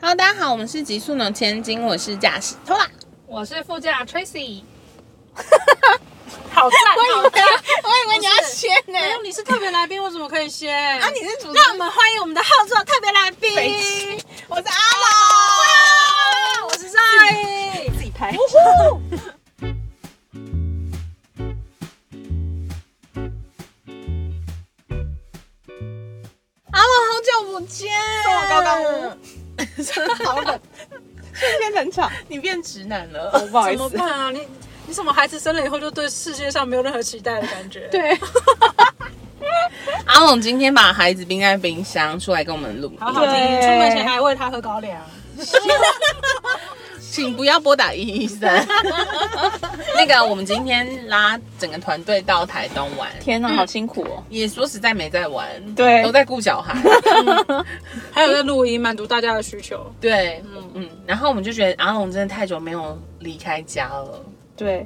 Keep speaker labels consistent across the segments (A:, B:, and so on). A: Hello，大家好，我们是极速农千金，我是驾驶 Tola。
B: 我是副驾 Tracy。好赞， 好赞！
A: 哎我以为你要先呢、
C: 没有，你是特别来宾，我怎么可以先？啊
A: 啊，你是主持
C: 让我们欢迎我们的号座特别来 宾，
A: 人，我是阿龙，
C: 我是赛。
B: 自己拍。
A: 阿龙，好久不见，
B: 送我高冈屋
A: 屋，好冷，
B: 瞬间冷场，
A: 你变直男了，
B: 不好
C: 怎么办啊？你你怎么孩子生了以后就对世界上没有任何期待的感觉？，
B: 对，
A: 阿龙今天把孩子冰在冰箱，出来跟我们录音，
C: 好好听。
B: 对
C: 出门前还喂他喝高粱，
A: 请不要拨打一一三。 那个，我们今天拉整个团队到台东玩，
B: 天哪，好辛苦哦。
A: 也说实在没在玩，
B: 对
A: 都在顾小 孩。
C: 还有在录音，满足大家的需求。
A: 对，嗯然后我们就觉得阿龙真的太久没有离开家了。
B: 对，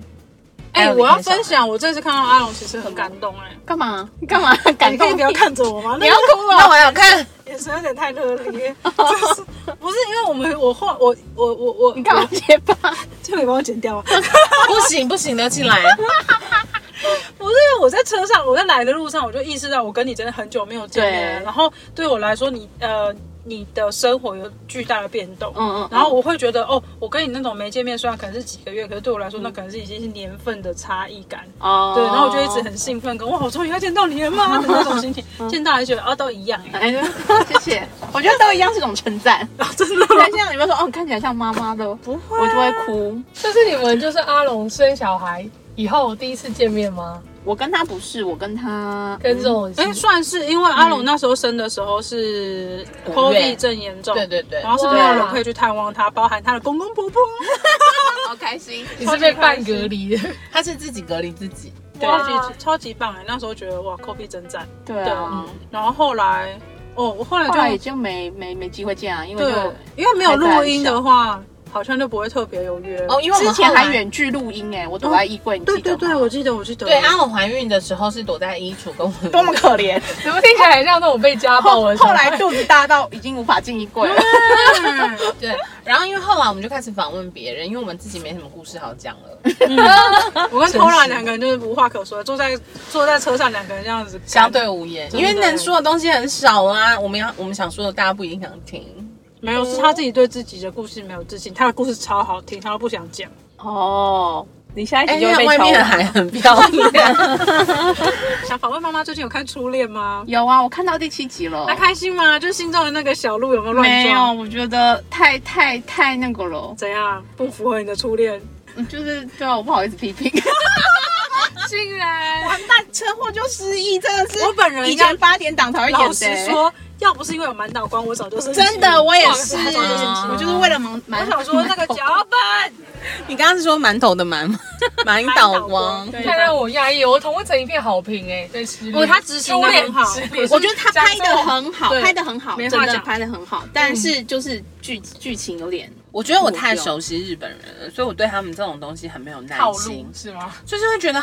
A: 还
C: 哎、
A: 有
C: 我要
A: 你看小孩
C: 分享，我这次看到阿龙其实很感动哎、
B: 干嘛？ 干嘛？感
C: 你可以
B: 动
C: 不？要看着我吗？你
B: 要哭
A: 那我想看，
C: 眼神有点太热烈， 就是不是因为我们我后我我我我，
B: 你干嘛结巴？
C: 这个你帮我剪掉啊！
A: 不行不行，留起来。
C: 不是因为我在车上，我在来的路上，我就意识到我跟你真的很久没有见面了。
B: 对
C: 然后对我来说，你呃，你的生活有巨大的变动。
B: 嗯嗯
C: 然后我会觉得，哦，我跟你那种没见面，虽然可能是几个月，可是对我来说，那可能是已经是年份的差异感。
B: 嗯哦
C: 对，然后我就一 直很兴奋，跟哇，我终于要见到你了吗？的那种心情，
B: 嗯
C: 见到还觉得啊，都一样哎、
B: 哎， 谢谢。我觉得都一样是种称赞。
C: 啊 真的
B: 对，这样你们说哦，你看起来像妈妈的，不会，啊我就会哭。
D: 就是你们就是阿龙生小孩以后第一次见面吗？
B: 我跟他不是，我跟他
D: 跟这种
C: 哎、算是因为阿
B: 嗯
C: 龙那时候生的时候是
A: 五月
C: COVID 正严重，
A: 对对对
C: 然后是没
B: 啊
C: 有人
D: 哇
C: 可以去探望他，包含他的公公婆婆。啊
B: 好开心。
D: 你是被半隔离的，
A: 他是自己隔离自己，
C: 对，
D: 哇
C: 超级超级棒哎！那时候觉得哇，Kobe 真赞。
B: 对啊，
C: 然后后来，哦，我后来就
B: 后来也就没没没机会见啊，因为
C: 对
B: 就，
C: 因为没有录音的话，好像就不会特别有约。
A: 哦，，因为我
B: 之
A: 们
B: 前
A: 后来
B: 还远距录音哎，我躲在衣柜，你
C: 对
B: 记得啊
C: 对
B: 吗？
C: 对，我记得我记得。
A: 对阿龙怀孕的时候是躲在衣橱跟我们，
B: 多么可 怜！
D: 怎么听起来像那种被家暴
B: 后
D: 的？
B: 后来肚子大到已经无法进衣柜了。
A: 对。然后因为后来我们就开始访问别人，因为我们自己没什么故事好讲了。
C: 我跟 Tola 两个人就是无话可说，坐在坐在车上两个人这样 子。
A: 相对无言，因
C: 的
A: 为能说的东西很少啊。我们要我们想说的，大家不一定想听。
C: 没有，是他自己对自己的故事没有自信，他的故事超好听，他都不想讲。
B: 哦，你下一
A: 哎、
B: 集就
A: 因
B: 会
A: 为外
B: 被敲
A: 面
B: 碗。
A: 还很漂 亮，
B: 嗯
C: 想访问妈妈最近有看《初恋》吗？
B: 有啊，我看到第七集了
C: 她。开心吗？就是心中的那个小鹿有没有乱
B: 哦没有，
C: 撞？
B: 我觉得太太太那个了，
C: 怎样不符合你的初恋？
B: 嗯就是对啊，我不好意思批 评。
D: 竟然
A: 那车祸就失忆，真的是
C: 我本人
B: 以前八点档才会
C: 老
B: 演
C: 实
B: 的、
C: 说，要不是因为有满脑光，我早就生气了
B: 真的，我也是，
C: 我早就生气了。
B: 我就是为了忙，
C: 我
B: 蛮
C: 想 说那个脚本，
A: 你刚刚是说馒头的馒 吗？馒
C: 导
A: 导
C: 光
A: 光，
C: 对
D: 太让我压抑，我同温层一片好评哎，对失恋，
C: 哦他执行得很好
D: 初恋失恋
B: 我觉得他拍的很好，
C: 对
B: 拍的很好，
C: 没
B: 真
C: 话
B: 的
C: 讲嗯
B: 拍的很好，但是就是剧剧情有点，
A: 我觉得我太熟悉日本人了，所以我对他们这种东西很没有耐
D: 套
A: 心
D: 路，是吗？
A: 就是会觉得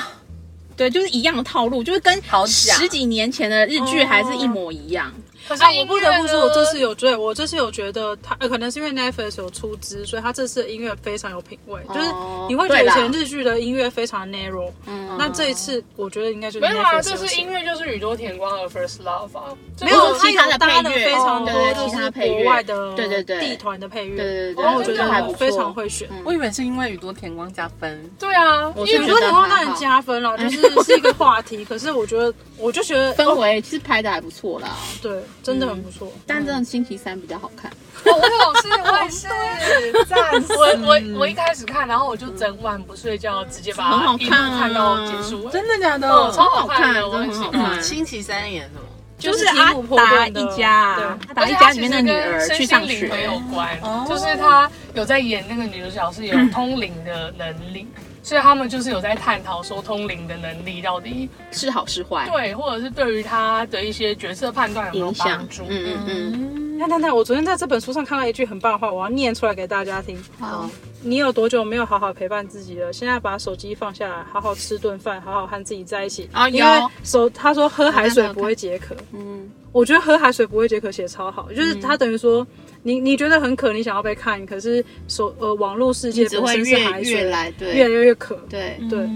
B: 对，就是一样的套路，就是跟
A: 好假
B: 十几年前的日剧还是一模一样。
D: 可是
C: 但我不得不说，我这次
D: 有
C: 有追，我这次有觉得他，呃，可能是因为 Netflix 有出资，所以他这次的音乐非常有品味，就是你会觉得以前日剧的音乐非常 narrow，
B: 哦嗯，
C: 那这一次我觉得应该就是
D: 没有啊，
C: Netflix
D: 就
C: 有
D: 是
C: 写
D: 音乐就是宇多田光的 First Love 啊，
C: 没
B: 没
C: 有
B: 有其他的
C: 它有搭了
B: 配乐
C: 非常多
B: 哦
C: 就
B: 对对
C: 是
B: 其他配乐
C: 国外的
B: 对对对
C: 地团的配乐，
B: 对对对
C: 然后我觉
D: 真
C: 得
D: 的还不
C: 我
B: 错嗯
C: 非常会选。
A: 我以为是因为宇多田光加分，
D: 对啊，
B: 我
D: 因
B: 是
D: 为
C: 宇
B: 觉
C: 多
B: 得
C: 田光当然加分了， 就是是一个话题。可是我觉得，我就觉得
B: 氛
C: 哦
B: 围其实拍的还不错啦，
C: 对，真的很不错。
B: 但真的星期三比较好看。
D: 我有事，我也是， 我我我一开始看，然后我就整晚不睡觉，直接把
B: 很好
D: 它一路
B: 看啊
D: 看到结束。
A: 真的假的？嗯
D: 哦，超好
B: 看
D: 看的，我很喜
B: 真的很好
D: 欢。
B: 看
A: 星期三演什么？
C: 就是
B: 阿
C: 提姆波
B: 达
C: 顿的
B: 一家啊，
C: 对
B: 阿
D: 而
B: 达
D: 且
B: 一
D: 它
B: 家
D: 其
B: 里
D: 实
B: 面的
D: 跟
B: 女儿
D: 身
B: 去
D: 心
B: 上
D: 灵
B: 学，欸
D: 很有关
A: 哦，
D: 就是他有在演那个女主角是 有通灵的能力，所以他们就是有在探讨说通灵的能力到底
B: 是好是坏，
D: 对，或者是对于他的一些决策判断有没有
B: 影响
D: 帮助。。
B: 嗯嗯
C: 那那那，我昨天在这本书上看到一句很棒的话，我要念出来给大家听。
B: 嗯，好，
C: 你有多久没有好好陪伴自己了？现在把手机放下来，好好吃顿饭，好好和自己在一起。
B: 啊
C: 因
B: 有
C: 为手他说喝海水不会解渴，
B: 嗯
C: 我觉得喝海水不会解渴写得超好，就是他等于说。你你觉得很渴，你想要被看，可是所呃网络世界
B: 只
C: 本
B: 会
C: 身是
B: 越
C: 海水，
B: 越来对
C: 越来嗯越渴。
B: 对
C: 对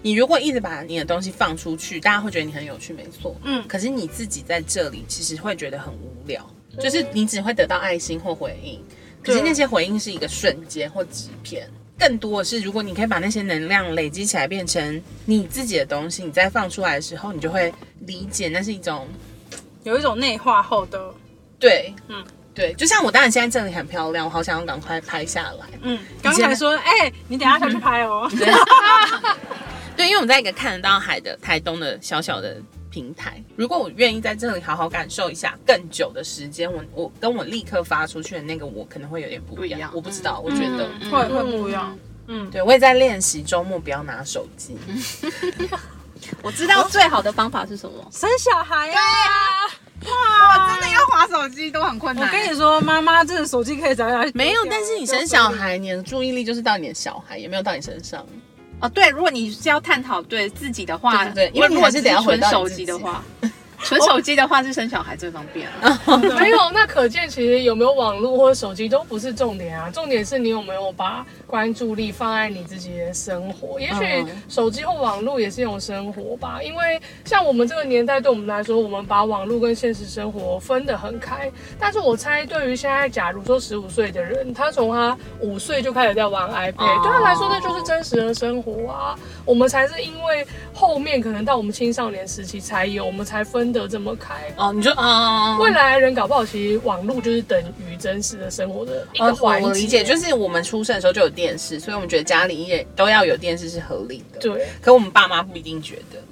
A: 你如果一直把你的东西放出去，大家会觉得你很有趣，没错。
B: 嗯
A: 可是你自己在这里其实会觉得很无聊，就是你只会得到爱心或回应，
C: 啊
A: 可是那些回应是一个瞬间或纸片。更多的是，如果你可以把那些能量累积起来，变成你自己的东西，你再放出来的时候，你就会理解那是一种
C: 有一种内化后的，
A: 对，嗯
C: 嗯，
A: 对。就像我当然现在这里很漂亮，我好想要赶快拍下来，
C: 嗯，刚才说，哎、你等一下下去拍哦。
A: 对，因为我们在一个看得到海的台东的小小的平台，如果我愿意在这里好好感受一下更久的时间，我我跟我立刻发出去的那个我可能会有点不一样，
B: 不一样
A: 我不知道，我觉得。
B: 嗯
C: 会会不一样。
A: 对，我也在练习周末不要拿手机。
B: 我知道最好的方法是什么，
C: 生小孩呀、啊！
B: 真的要划手机都很困
C: 我跟你说，妈妈这个手机可以找来
A: 没有，但是你生小孩，你的注意力就是到你的小孩，也没有到你身上。
B: 哦，对，如果你是要探讨对自己的话，
A: 对对对因为你
B: 如果
A: 还是得要回
B: 纯
A: 到你
B: 手
A: 自
B: 机
A: 己
B: 的话，纯手机的话是生小孩最方便啊。
E: 没有，那可见其实有没有网络或手机都不是重点啊，重点是你有没有把关注力放在你自己的生活。也许手机或网络也是一种生活吧，因为像我们这个年代，对我们来说，我们把网络跟现实生活分得很开。但是我猜，对于现在假如说十五岁的人，他从他五岁就开始在玩 iPad，、对他来说那就是真实的生活啊。我们才是因为后面可能到我们青少年时期才有，我们才分得这么开。
A: 哦，你就嗯，
E: 未来人搞不好，其实网络就是等于真实的生活的一个
A: 哦
E: 环节。
A: 我理解，就是我们出生的时候就有电视，所以我们觉得家里也都要有电视是合理的。，
E: 对，
A: 可我们爸妈不一定觉得。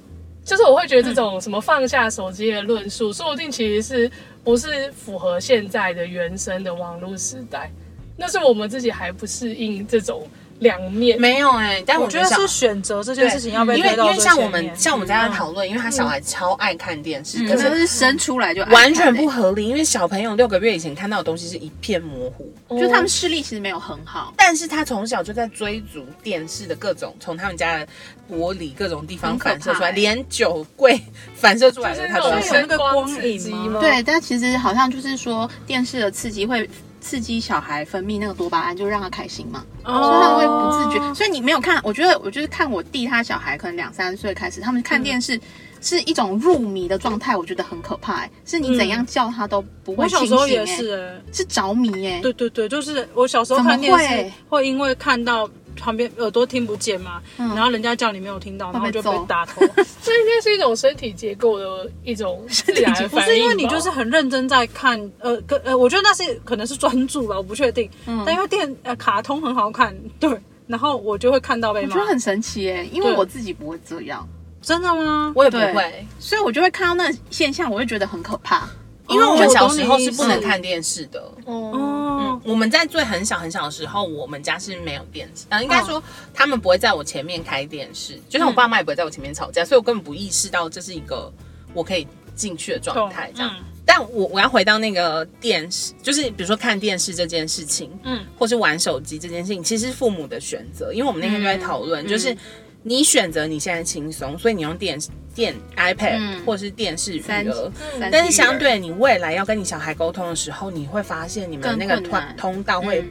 E: 就是我会觉得这种什么放下手机的论述，说不定其实是不是符合现在的原生的网络时代？那是我们自己还不适应这种两面。
A: 没有哎、但
C: 我
A: 我
C: 觉得
A: 小
C: 是选择这件事情要被
A: 因为
C: 推
A: 因
C: 到
A: 为
C: 最
A: 像我
C: 前
A: 们
C: 面嗯
A: 像我们在那讨论，因为他小孩超爱看电视，可
B: 可能
A: 是
B: 是生出来就爱
A: 完全
B: 看欸
A: 不，合理，因为小朋友六个月以前看到的东西是一片模糊。
C: 哦
B: 就他们视力其实没有很好，
A: 但是他从小就在追逐电视的各种，从他们家的玻璃各种地方
B: 很可
A: 反射出来，
B: 怕欸
A: 连酒柜反射出来
E: 就
A: 的
E: 是
A: 他
E: 那
A: 都
E: 种
A: 要
C: 所以有
A: 看
C: 那个光影
E: 声
C: 吗
E: 光刺激吗
B: 对，但其实好像就是说电视的刺激会。刺激小孩分泌那个多巴胺，就让他开心嘛，
C: 哦
B: 所以他会不自觉。所以你没有看，我觉得我就是看我弟他小孩，可能两三岁开始，他们看
C: 嗯
B: 电视是一种入迷的状态，我觉得很可怕、欸。是你怎样叫他都不
C: 嗯
B: 会
C: 我小时
B: 清醒、
C: 候
B: 欸，
C: 也是、哎，
B: 是着迷耶、欸。
C: 对对对，就是我小时候看电
B: 怎么
C: 视
B: 会
C: 会因为看到旁边耳朵听不见嘛，
B: 嗯
C: 然后人家叫你没有听到，
B: 会被
C: 然后就被
B: 揍
C: 打头。
E: 这应该是一种身体结构的一种自然反应吧。
C: 不是因为你就是很认真在看，呃，跟呃，我觉得那是可能是专注吧，我不确定。但因为电呃卡通很好看，对，然后我就会看到被
B: 我
C: 骂
B: 觉得。很神奇耶、因为
C: 对
B: 我自己不会这样，
C: 真的吗？
A: 我也不
B: 对
A: 会，
B: 所以我就会看到那现象，我会觉得很可怕。
A: 因为我
C: 哦
A: 们
C: 我
A: 小
C: 懂
A: 时
C: 你
A: 候
C: 意
A: 是不
C: 思
A: 能看电视的。
E: 嗯
D: 嗯
C: 哦，
A: 我们在最很小很小的时候，我们家是没有电视，呃，应
C: 嗯
A: 该说他们不会在我前面开电视，就像我爸妈也不会在我前面吵架，所以我根本不意识到这是一个我可以进去的状态
C: 懂
A: 这样
C: 嗯。
A: 但我我要回到那个电视，就是比如说看电视这件事情，嗯
C: 嗯，
A: 或是玩手机这件事情，其实是父母的选择，因为我们那天就在讨
C: 嗯
A: 论，就是你选择你现在轻松，所以你用电电 iPad、
B: 嗯
A: 或是电视娱
B: 三
C: 嗯
A: 乐，
B: 三
A: 但是
B: 育
A: 相
B: 儿
A: 对你未来要跟你小孩沟通的时候，你会发现你们
B: 更
A: 那个
B: 困
A: 通
B: 难
A: 通道会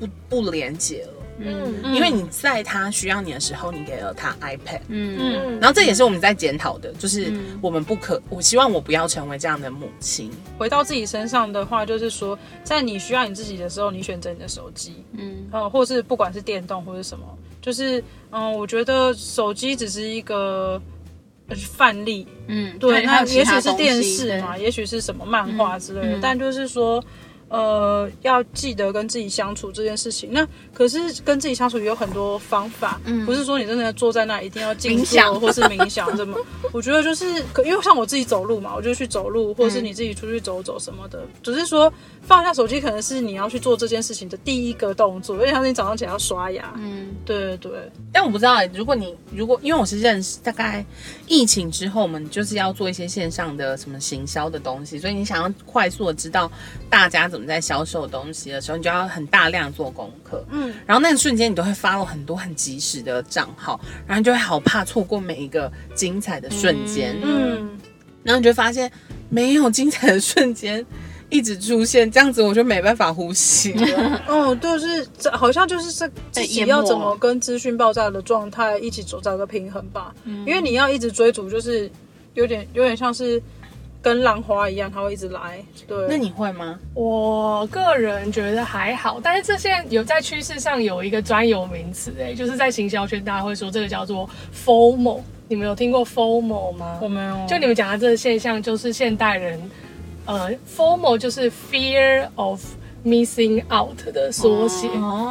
B: 嗯
A: 不、不连接了，
B: 嗯
C: 嗯
A: 因为你在他需要你的时候，你给了他 iPad。
B: 嗯
E: 嗯
A: 然后这也是我们在检讨的，就是
B: 嗯
A: 我们不可，我希望我不要成为这样的母亲。
C: 回到自己身上的话，就是说，在你需要你自己的时候，你选择你的手机，
B: 嗯
C: 呃，或是不管是电动或是什么，就是嗯、我觉得手机只是一个呃范例，
B: 嗯，
C: 对，
B: 还
C: 那
B: 有其
C: 也许
B: 他
C: 是
B: 东西
C: 电视
B: 对
C: 嘛，也许是什么漫画之类的，
B: 嗯嗯
C: 但就是说，呃，要记得跟自己相处这件事情。那可是跟自己相处有很多方法，
B: 嗯
C: 不是说你真的坐在那一定要静
B: 冥
C: 坐
B: 想
C: 或是冥想这么。我觉得就是，可因为像我自己走路嘛，我就去走路，或者是
B: 嗯
C: 你自己出去走走什么的。只是说放下手机，可能是你要去做这件事情的第一个动作，因为像是你早上起来要刷牙，
B: 嗯
C: 对对对，
A: 但我不知道、欸，如果你如果因为我是认识，大概疫情之后，我们就是要做一些线上的什么行销的东西，所以你想要快速的知道大家怎么在销售东西的时候，你就要很大量做功课。嗯
C: 嗯，
A: 然后那个瞬间你都会发了很多很及时的账号，然后你就会好怕错过每一个精彩的瞬间，
B: 嗯
C: 嗯，
A: 然后你就会发现没有精彩的瞬间。一直出现，这样子我就没办法呼吸 了。
C: 哦，就是这好像就是这自己
B: 淹没
C: 要怎么跟资讯爆炸的状态一起走到一个平衡吧，因为你要一直追逐，就是有点有点像是跟浪花一样，它会一直来。对，
A: 那你会吗？
D: 我个人觉得还好，但是这现在有在趋势上有一个专有名词，哎，就是在行销圈大家会说这个叫做 FOMO，你们有听过 FOMO 吗？
C: 我没有，
D: 就你们讲的这个现象，就是现代人，呃，formal 就是 fear of missing out 的缩写，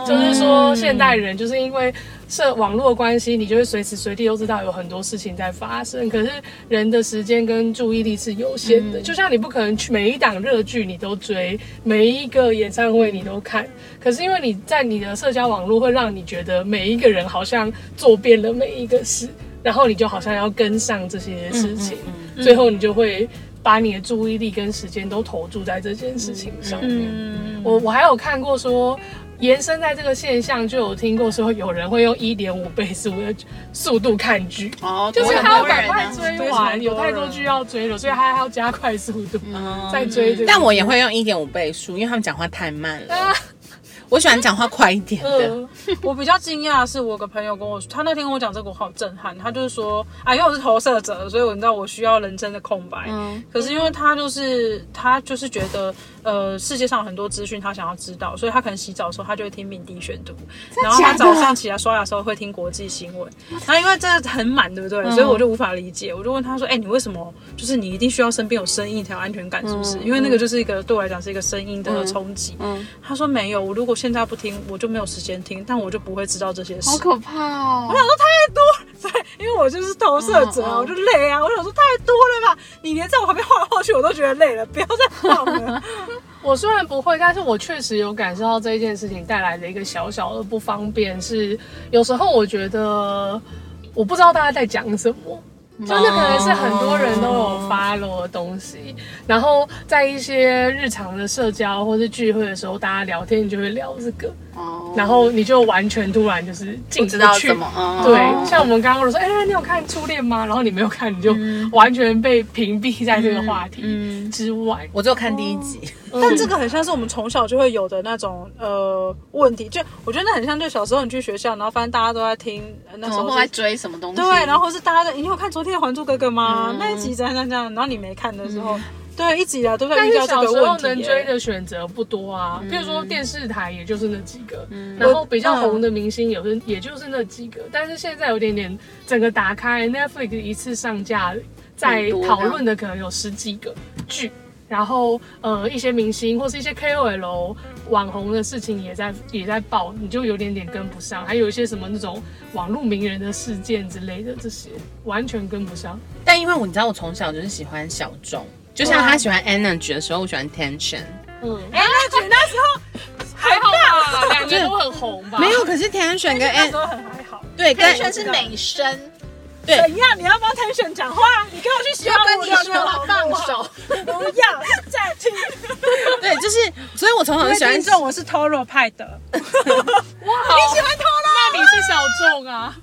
D: 就是说现代人就是因为社网络的关系，你就会随时随地都知道有很多事情在发生，可是人的时间跟注意力是有限的，就像你不可能去每一档热剧你都追，每一个演唱会你都看，可是因为你在你的社交网络会让你觉得每一个人好像做遍了每一个事。然后你就好像要跟上这些事情，最后你就会把你的注意力跟时间都投注在这件事情上面。
C: 嗯，
D: 我我还有看过说，延伸在这个现象，就有听过说有人会用一点五倍速的速度看剧，
B: 哦，
D: 就是
B: 多
D: 他要
B: 多人
D: 赶快
B: 啊
D: 追
C: 非常多
D: 完，
C: 人
D: 有太多剧要追了，所以他还要加快速度、
B: 嗯
D: 再追这个。
A: 但我也会用一点五倍速，因为他们讲话太慢了。
D: 啊，
A: 我喜欢讲话快一点的。
D: 嗯，
C: 我比较惊讶的是，我有个朋友跟我说，他那天跟我讲这个，我好震撼。他就是说，啊，因为我是投射者，所以我知道我需要人生的空白。
B: 嗯
C: 可是因为他就是他就是觉得，呃，世界上有很多资讯他想要知道，所以他可能洗澡的时候他就会听敏迪选读，然后他早上起来刷牙的时候会听国际新闻。那因为这很满，对不对？嗯所以我就无法理解，我就问他说，哎、你为什么就是你一定需要身边有声音才有安全感，是不是？因为那个就是一个对我来讲是一个声音的冲击。他说没有，我如果现在不听，我就没有时间听，但我就不会知道这些事
B: 好。可怕哦！
C: 因为我就是投射者，
B: 嗯嗯
C: 我就累啊！我想说太多了吧，你连在我旁边晃来晃去，我都觉得累了，不要再晃 了。
D: 我虽然不会，但是我确实有感受到这一件事情带来的一个小小的不方便是，有时候我觉得我不知道大家在讲什么。就那可能
B: 哦
D: 是很多人都有 follow 的东西，然后在一些日常的社交或是聚会的时候，大家聊天你就会聊这个，
B: 哦，
D: 然后你就完全突然就是
B: 不
D: 进不
B: 知道
D: 去
B: 怎么，嗯
D: 对，像我们刚刚说，哎、你有看《初恋》吗？然后你没有看，你就
B: 嗯
D: 完全被屏蔽在这个话题之外。
A: 我只有看第一集，
D: 嗯
C: 但这个很像是我们从小就会有的那种呃问题，就我觉得那很像，就小时候你去学校，然后发现大家都在听，呃那
B: 怎
C: 时
B: 么
C: 候
D: 哦
B: 会
C: 是
B: 在追什么东西？
C: 对，然后是大家在，你有看昨天的《还珠格格》吗？
D: 嗯
C: 那一集怎样怎样怎样，然后你没看的时候，对，一直以来都在
D: 但
C: 遇
D: 是
C: 到这
D: 小
C: 个
D: 时候
C: 问题耶、嗯
D: 能追的选择不多啊，比如说电视台也就是那几个，然后比较红的明星也是也就是那几个，但是现在有点点整个打开 Netflix 一次上架，在
B: 很多的
D: 讨论的可能有十几个剧。然后，呃，一些明星或是一些 KOL 网红的事情也在也在报，你就有点点跟不上。还有一些什么那种网络名人的事件之类的，这些完全跟不上。
A: 但因为我你知道，我从小就是喜欢小众，就像他喜欢 energy 的时候，我喜欢 tension。
D: 嗯，哎、
C: 哎
D: 那那时候 还好吧，两个都很红吧？
A: 没有，可是 tension 跟 en
C: 都很还好。
A: 对跟
B: 全是美声，
A: 对
C: 怎样？你要帮 Tension 讲话？你跟我去学
B: 要跟你
C: 舞蹈
B: 说放手，
C: 不要再听。
A: 对，就是，所以我从小就喜欢
C: 听众，我是 Toro 派的，
D: 你喜欢 Toro，那你是小众啊，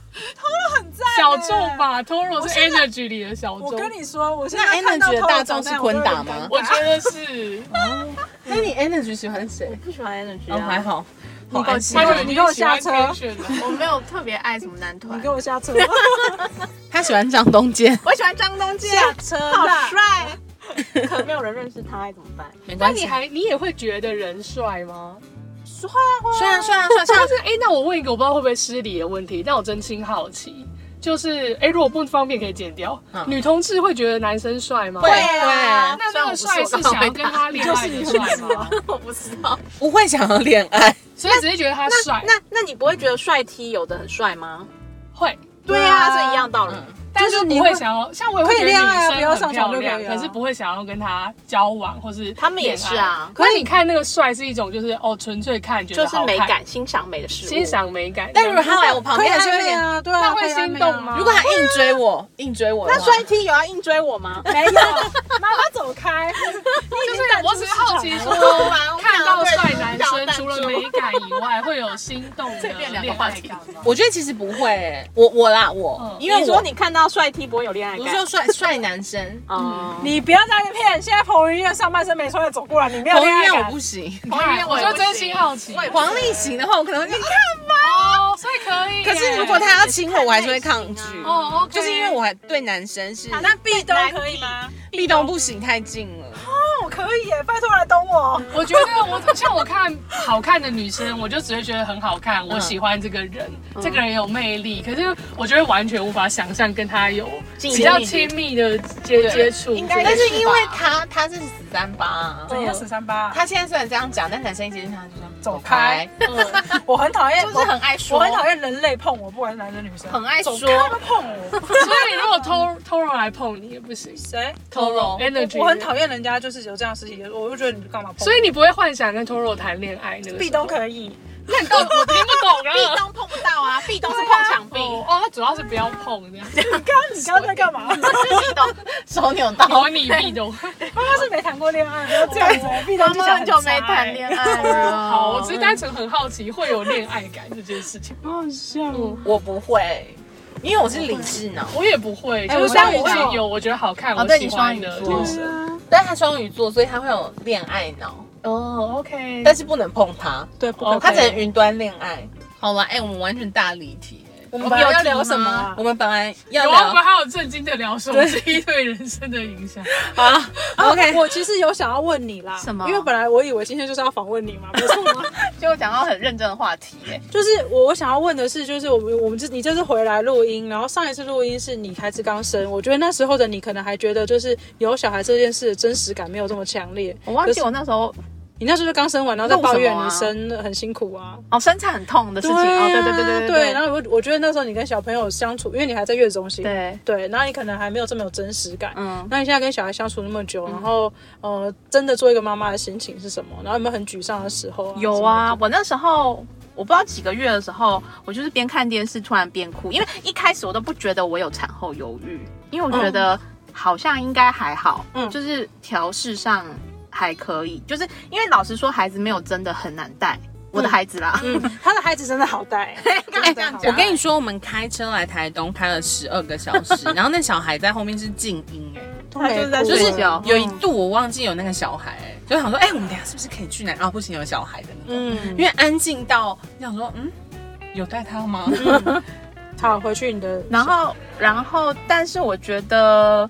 C: 很赞耶欸
D: 小众？吧，Toro 是 Energy 里的小众。
C: 我跟你说，我现
A: 那
C: 在看到
A: energy 的
C: Toro
A: 大众
C: 长
A: 是
C: 那样
A: 昆达？
C: 我都有
A: 吗
C: 点尴尬
D: 我觉得是，
A: 那哎你 energy 喜欢谁？
B: 不喜欢啊 energy
A: 哦，还，好，好
C: 你搞
A: 安心
C: 他
A: 哦。
C: 就你给我下车
B: 我没有特别爱什么男团
C: 你给，我 下车，
A: 他喜欢张东 健，
B: 我喜欢张东健，
C: 下车
B: 好
C: 啦！
B: 帅。可没有人认识他，怎么办？
A: 没
D: 那
A: 关
D: 你
A: 系。
D: 还你也会觉得人帅吗？
A: 虽然虽然虽然
D: 但
A: 像
D: 是哎、那我问一个我不知道会不会失礼的问题，但我真心好奇，就是哎、如果不方便可以剪掉，
A: 嗯
D: 女同志会觉得男生帅吗？
A: 会
B: 啊
D: 那那个帅是想要跟他恋爱的帅吗？
B: 我不知道。
A: 不会想要恋爱，
D: 所以直接觉得他帅，
B: 那那你不会觉得帅 T 有的很帅吗？
D: 会。
B: 对啊，所以一样道理。
D: 但是不会想要，像我也会觉得女生很漂
C: 可以恋爱啊不要上床就可
D: 亮，
C: 以啊
D: 可是不会想要跟他交往，或是
B: 他们也是啊
D: 恋爱。可是你看那个帅是一种，就是哦，纯粹看觉
B: 就
D: 得
B: 是
D: 好看
B: 美，感，欣赏美的事物。
D: 欣。赏美感。
A: 但如果他来我旁
C: 可以
A: 边，他
C: 啊
A: 就
C: 可
A: 会
C: 以
A: 脸。
C: 啊，对
D: 那
C: 啊，
D: 会
C: 可以啊
D: 心动吗
A: 如果他硬追我，硬追我的
B: 那
A: 话，
B: 帅 T 有要硬追我吗？
C: 没有，妈妈走 开。
D: 就是我只是好奇说
B: 我，
D: 看到帅男
B: 我想要
D: 生
B: 弹珠
D: 除了美感以外，孩会有心动 的
B: 变两个
D: 恋
B: 话
D: 爱
B: 题
D: 感吗？
A: 我觉得其实不会、欸，我我啦我，
B: 嗯
A: 因为
F: 你
A: 我
F: 说你看到帅 T 不会有恋爱
A: 我
F: 感？
A: 是说帅帅男生，
F: 啊，
C: 你不要在那边骗！现在彭于晏上半身没穿的走过来，你没
A: 彭
C: 有哦恋
A: 于
C: 爱
A: 晏我
C: 感
A: 不。行，
D: 彭于晏我就真心好奇，
A: 黄立行的话我可能会你看吧，
D: 哦，所以可以耶。
A: 可是如果他要亲我，我还是会抗拒，
D: 哦，OK，
A: 就是因为我还对男生是
C: 那壁咚可以吗？
A: 壁咚不行太近了，
C: 那我可以耶，拜托来懂我。
A: 嗯
D: 我觉得我像我看好看的女生，我就只会觉得很好看，我喜欢这个人，这个人有魅力。可是我就会完全无法想象跟他有比较亲密的接接触。
C: 应该
A: 但是
C: 是
A: 因为他他是死三八啊，
C: 怎样十三八？
A: 他现在虽然这样讲，但男生一接近他就说走
C: 开
A: 开，
C: 嗯我很讨厌，
A: 就是很爱说，
C: 我很讨厌人类碰我，不管是男生女生，
A: 很爱说，
C: 他们碰我。
D: 所以如果 Toro Toro 来碰你也不 行
C: 谁？
A: Toro
D: ，Energy，
C: 我很讨厌人家就是有这样的事情，我就觉得你干嘛碰我？
D: 所以你不会幻想跟 Toro 谈恋爱那个时候？
C: 壁咚可以，
D: 那你到底我听不懂
B: 壁
D: 啊。
B: 咚碰不到啊，壁咚是碰墙壁，
D: 哦，哦，他主要是不要碰这样，
C: 你刚刚在干嘛？
B: 壁咚手扭到。
D: 好你壁咚。
C: 妈妈是没谈过恋爱，不要这样子，壁咚
B: 他
C: 技
B: 们
C: 巧
B: 很
C: 很
B: 久没
C: 差
B: 谈
C: 欸
B: 恋爱了。
D: 好，我只是单纯很好奇会有恋爱感这件事情，
C: 好像哦。
A: 我不会，因为我是理智脑，
D: 我也不会。
A: 哎
D: 就
A: 我
D: 是
A: 当然
D: 已
A: 会
D: 经有我觉得好看，
B: 哦
D: 我
B: 对
D: 喜
B: 你
D: 欢
B: 双
D: 的
C: 嗯
B: 鱼座
D: 女生。
C: 啊
A: 但是他双鱼座，所以他会有恋爱脑，
D: 哦，OK。
A: 但是不能碰他，
C: 对，不可以
D: OK
A: 他只能云端恋爱。好了，哎、我们完全大离题、
C: 我
A: 我
C: 们
A: 们
C: 要
A: 要
C: 聊
A: 聊
C: 什
A: 什么
C: 么啊
A: 啊？我们本来要
D: 有啊，我们
A: 聊
D: 还有震惊的聊手机对人生的影响。
A: 啊，OK，
C: 我其实有想要问你啦，
B: 什么
C: 因为本来我以为今天就是要访问你嘛， 没错吗？
B: 就讲到很认真的话题耶，
C: 就是我我想要问的是，就是我们我们这你这次回来录音，然后上一次录音是你孩子刚生，我觉得那时候的你可能还觉得就是有小孩这件事的真实感没有这么强烈。
B: 我忘
C: 可
B: 记
C: 是
B: 我那时候
C: 你那时候就刚生完，然后在抱
B: 录
C: 怨
B: 什么啊
C: 你生得很辛苦啊。
B: 哦生产很痛的事情，
C: 啊
B: 哦对对对
C: 对，
B: 对对
C: 然后我我觉得那时候你跟小朋友相处，因为你还在月子中心，
B: 对
C: 对，然后你可能还没有这么有真实感，
B: 嗯
C: 那你现在跟小孩相处那么久，然后呃，真的做一个妈妈的心情是什么？然后有没有很沮丧的时候啊？
B: 有啊，我那时候。我不知道几个月的时候，我就是边看电视突然边哭，因为一开始我都不觉得我有产后忧郁，因为我觉得好像应该还好，
C: 嗯
B: 就是调试上还可以，就是因为老实说，孩子没有真的很难带，我的孩子啦，
C: 什么的，嗯，他的孩子真的好啊带，
B: 刚刚这样
A: 我
B: 讲，啊
A: 跟你说，我们开车来台东开了十二个小 时，然后那小孩在后面是静音、哎。
C: 都没
F: 他就是在
C: 哭
A: 就
B: 睡
A: 是
B: 觉
A: 有一度我忘记有那个小孩、哎就想说，哎、我们等一下是不是可以去哪？啊，不行，有小孩的那种，
C: 嗯
A: 因为安静到你想说，嗯，有带他吗？
C: 好，回去你的，
B: 然后，然后，但是我觉得，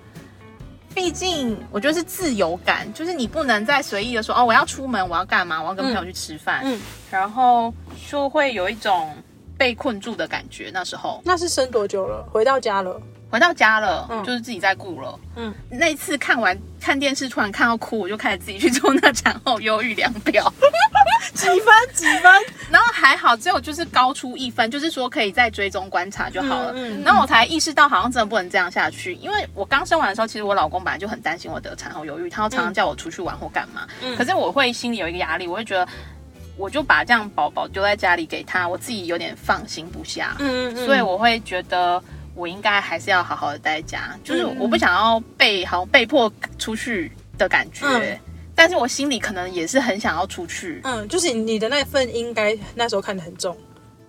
B: 毕竟我觉得是自由感，就是你不能再随意的说哦，我要出门，我要干嘛，我要跟朋友去吃饭，
C: 嗯嗯
B: 然后就会有一种被困住的感觉。那时候
C: 那是生多久了？回到家了，
B: 回到家了，
C: 嗯
B: 就是自己在顾了。
C: 嗯
B: 嗯，那次看完看电视，突然看到哭，我就开始自己去做那产后忧郁量表。
C: 几分几分？
B: 然后还好，只有就是高出一分，就是说可以再追踪观察就好了。
C: 嗯嗯
B: 然后我才意识到，好像真的不能这样下去，因为我刚生完的时候，其实我老公本来就很担心我得产后忧郁，他常常叫我出去玩或干嘛。
C: 嗯
B: 可是我会心里有一个压力，我会觉得。我就把这样宝宝丢在家里给他，我自己有点放心不下，
C: 嗯
B: 所以我会觉得我应该还是要好好的待在家，就是
F: 嗯
B: 我不想要被好像被迫出去的感觉，
C: 嗯
B: 但是我心里可能也是很想要出去，
C: 嗯，就是你的那份应该那时候看得很重，